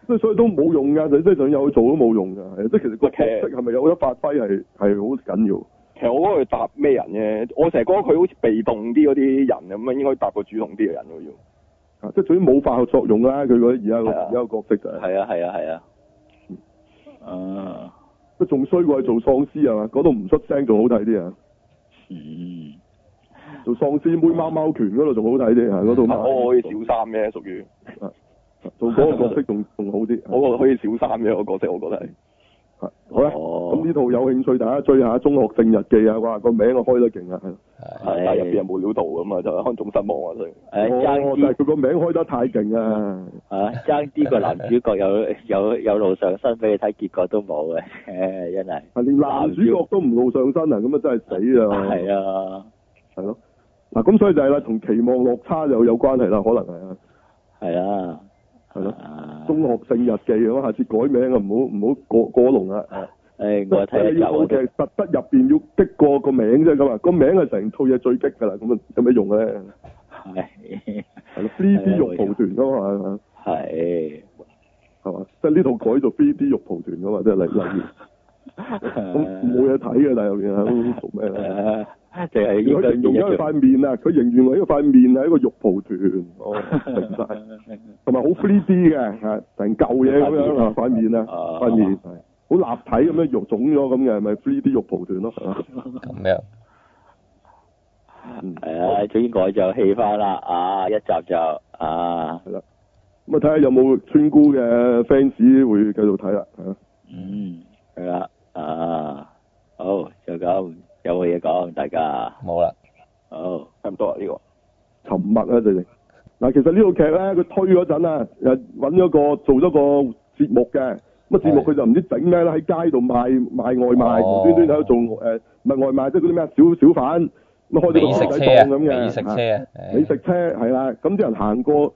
S1: 即係所以都冇用㗎，即係就算有做都冇用㗎，係啊即係其實個角色係咪有得發揮係係好緊要。
S4: 其實我覺得佢搭咩人嘅，我成日覺得佢好似被動啲嗰啲人咁樣，應該搭個主動啲嘅人咯要。
S1: 啊即係屬於冇化學作用啦，佢嗰而家個
S4: 係啊
S1: 而家個角色就係，
S2: 係啊，係啊，係啊，嗯
S5: 啊，
S1: 即係仲衰過去做喪屍啊係嘛？嗰度唔出聲仲好睇啲啊！
S2: 嗯，
S1: 做喪屍妹貓貓拳嗰度仲好睇啲啊！
S2: 嗯
S1: 嗰度
S2: 哦
S4: 我可以小三嘅，屬於
S1: 做嗰個角色仲仲好 啲。
S2: 哦
S1: 啊
S4: 我個可以小三嘅個角色，我覺得係。
S1: 係好啦，
S2: 哦
S1: 咁呢套有興趣大家追下《中學聖日記》啊！哇，個名我開得勁啊！係
S3: 係
S2: 係
S4: 但係入邊又冇料到咁啊，就可能仲失望啊，所以。
S2: 誒爭
S1: 哦但係
S2: 啲
S1: 佢個名開得太勁啊！
S2: 啊，爭啲個男主角有 有有路上身俾你睇，結果都冇嘅， 真係，
S1: 係啊連男主角都唔露上身啊！咁啊真係死啊！
S2: 係啊，
S1: 係咯，嗱咁所以就係啦，同期望落差就有關係啦，可能係啊，
S2: 係啊，
S1: 係咯。
S2: 啊
S1: 中學聖日記咁，下次改名啊，唔好唔好過過龍啊！
S2: 誒，我睇一集
S1: 要好
S2: 我 都
S1: 嘅，實質入邊要激過個名啫咁啊，個名係成套嘢最激㗎啦，咁啊有咩用咧？
S2: 係
S1: 係咯，3D 肉蒲團㗎嘛係嘛，
S2: 係
S1: 係嘛，即係呢套改做 3D 肉蒲團㗎嘛，即係例例如咁冇嘢睇嘅，但係入邊係做咩咧？
S2: 誒，就係應
S1: 佢
S2: 該
S1: 形容
S2: 變
S1: 咗佢
S2: 咗
S1: 塊面啊，佢形容咗呢塊面啊係一個肉蒲團，哦，明晒，同埋好 3D 嘅，係成嚿嘢咁樣啊，塊面啊，
S2: 哦
S1: 塊面係好立體咁樣肉腫咗咁嘅，咪 3D 肉蒲團咯，係嘛
S3: 咁樣，
S1: 嗯
S2: 係啊，總之我就戲翻啦，啊，一集就啊，
S1: 咁啊，睇下有冇村姑嘅 fans 會繼續睇啦，係啊
S2: 嗯，係啦，啊，好就咁，有冇嘢講大家？
S3: 冇啦，
S2: 好，
S4: 差唔多啊呢個。
S1: 沉默啊，佢哋。嗱，其實呢套劇咧，佢推嗰陣啊，誒揾咗個做咗個節目嘅，咁啊節目
S3: 係
S1: 佢就唔知整咩啦，喺街度賣賣外賣，
S3: 哦
S1: 無端端喺度做誒，唔係外賣，即係嗰啲咩小小販，咁開咗個
S3: 美
S1: 小
S3: 食
S1: 仔
S3: 車啊，
S1: 檔咁嘅，
S3: 美食車啊，唉
S1: 美食車係啦，咁啲人行過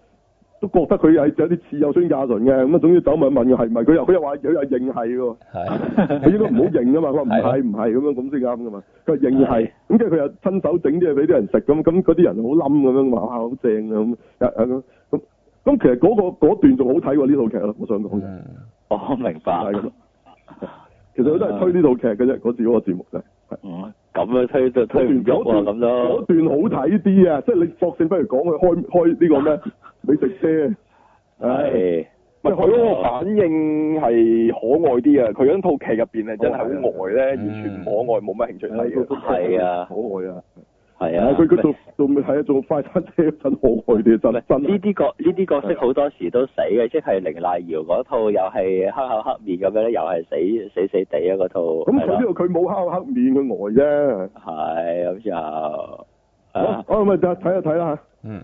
S1: 都覺得佢係有啲似有孫亞倫嘅，咁啊總之走埋問佢係咪，佢又佢又話佢又認係喎。
S3: 係
S1: 佢應該唔好認啊嘛，佢話唔
S3: 係
S1: 係唔係咁樣咁先啱噶嘛，佢話認係，咁跟住佢又親手整啲嘢俾啲人食咁，咁嗰啲人好冧咁樣話哇好正啊咁啊啊咁咁咁其實嗰、個嗰段仲好睇喎呢套劇咯，我想講嘅
S3: 嗯。
S2: 我哦明白，
S1: 就係咁啦其實佢都係推呢套劇嘅啫，嗰次嗰個節目就係係
S2: 哦咁樣推都推唔
S1: 嗰段嗰
S2: 喐喎，咁
S1: 段
S2: 都
S1: 嗰段好睇啲啊，即係你索性不如講佢開開呢個 咩美食車，唉，
S2: 係啊
S4: 唔係佢嗰個反應係可愛啲啊！佢嗰套劇入邊咧真係好呆咧，
S3: 嗯
S4: 完全唔可愛，冇乜興趣睇嘅。
S2: 係啊
S1: 可愛啊，
S2: 係
S1: 係啊，
S2: 啊，
S1: 佢佢做做係啊做快餐車真可愛啲，真
S2: 唔係
S1: 真係
S2: 呢啲角呢啲角色好多時都死嘅，即係凌麗瑤嗰套又係黑口黑面咁樣咧，又係死死死地啊嗰套。
S1: 咁佢
S2: 係啦
S1: 呢度佢冇黑黑面，佢呆啫。
S2: 係咁就
S1: 好
S2: 啊，
S1: 哦我咪就睇一睇啦
S3: 嗯，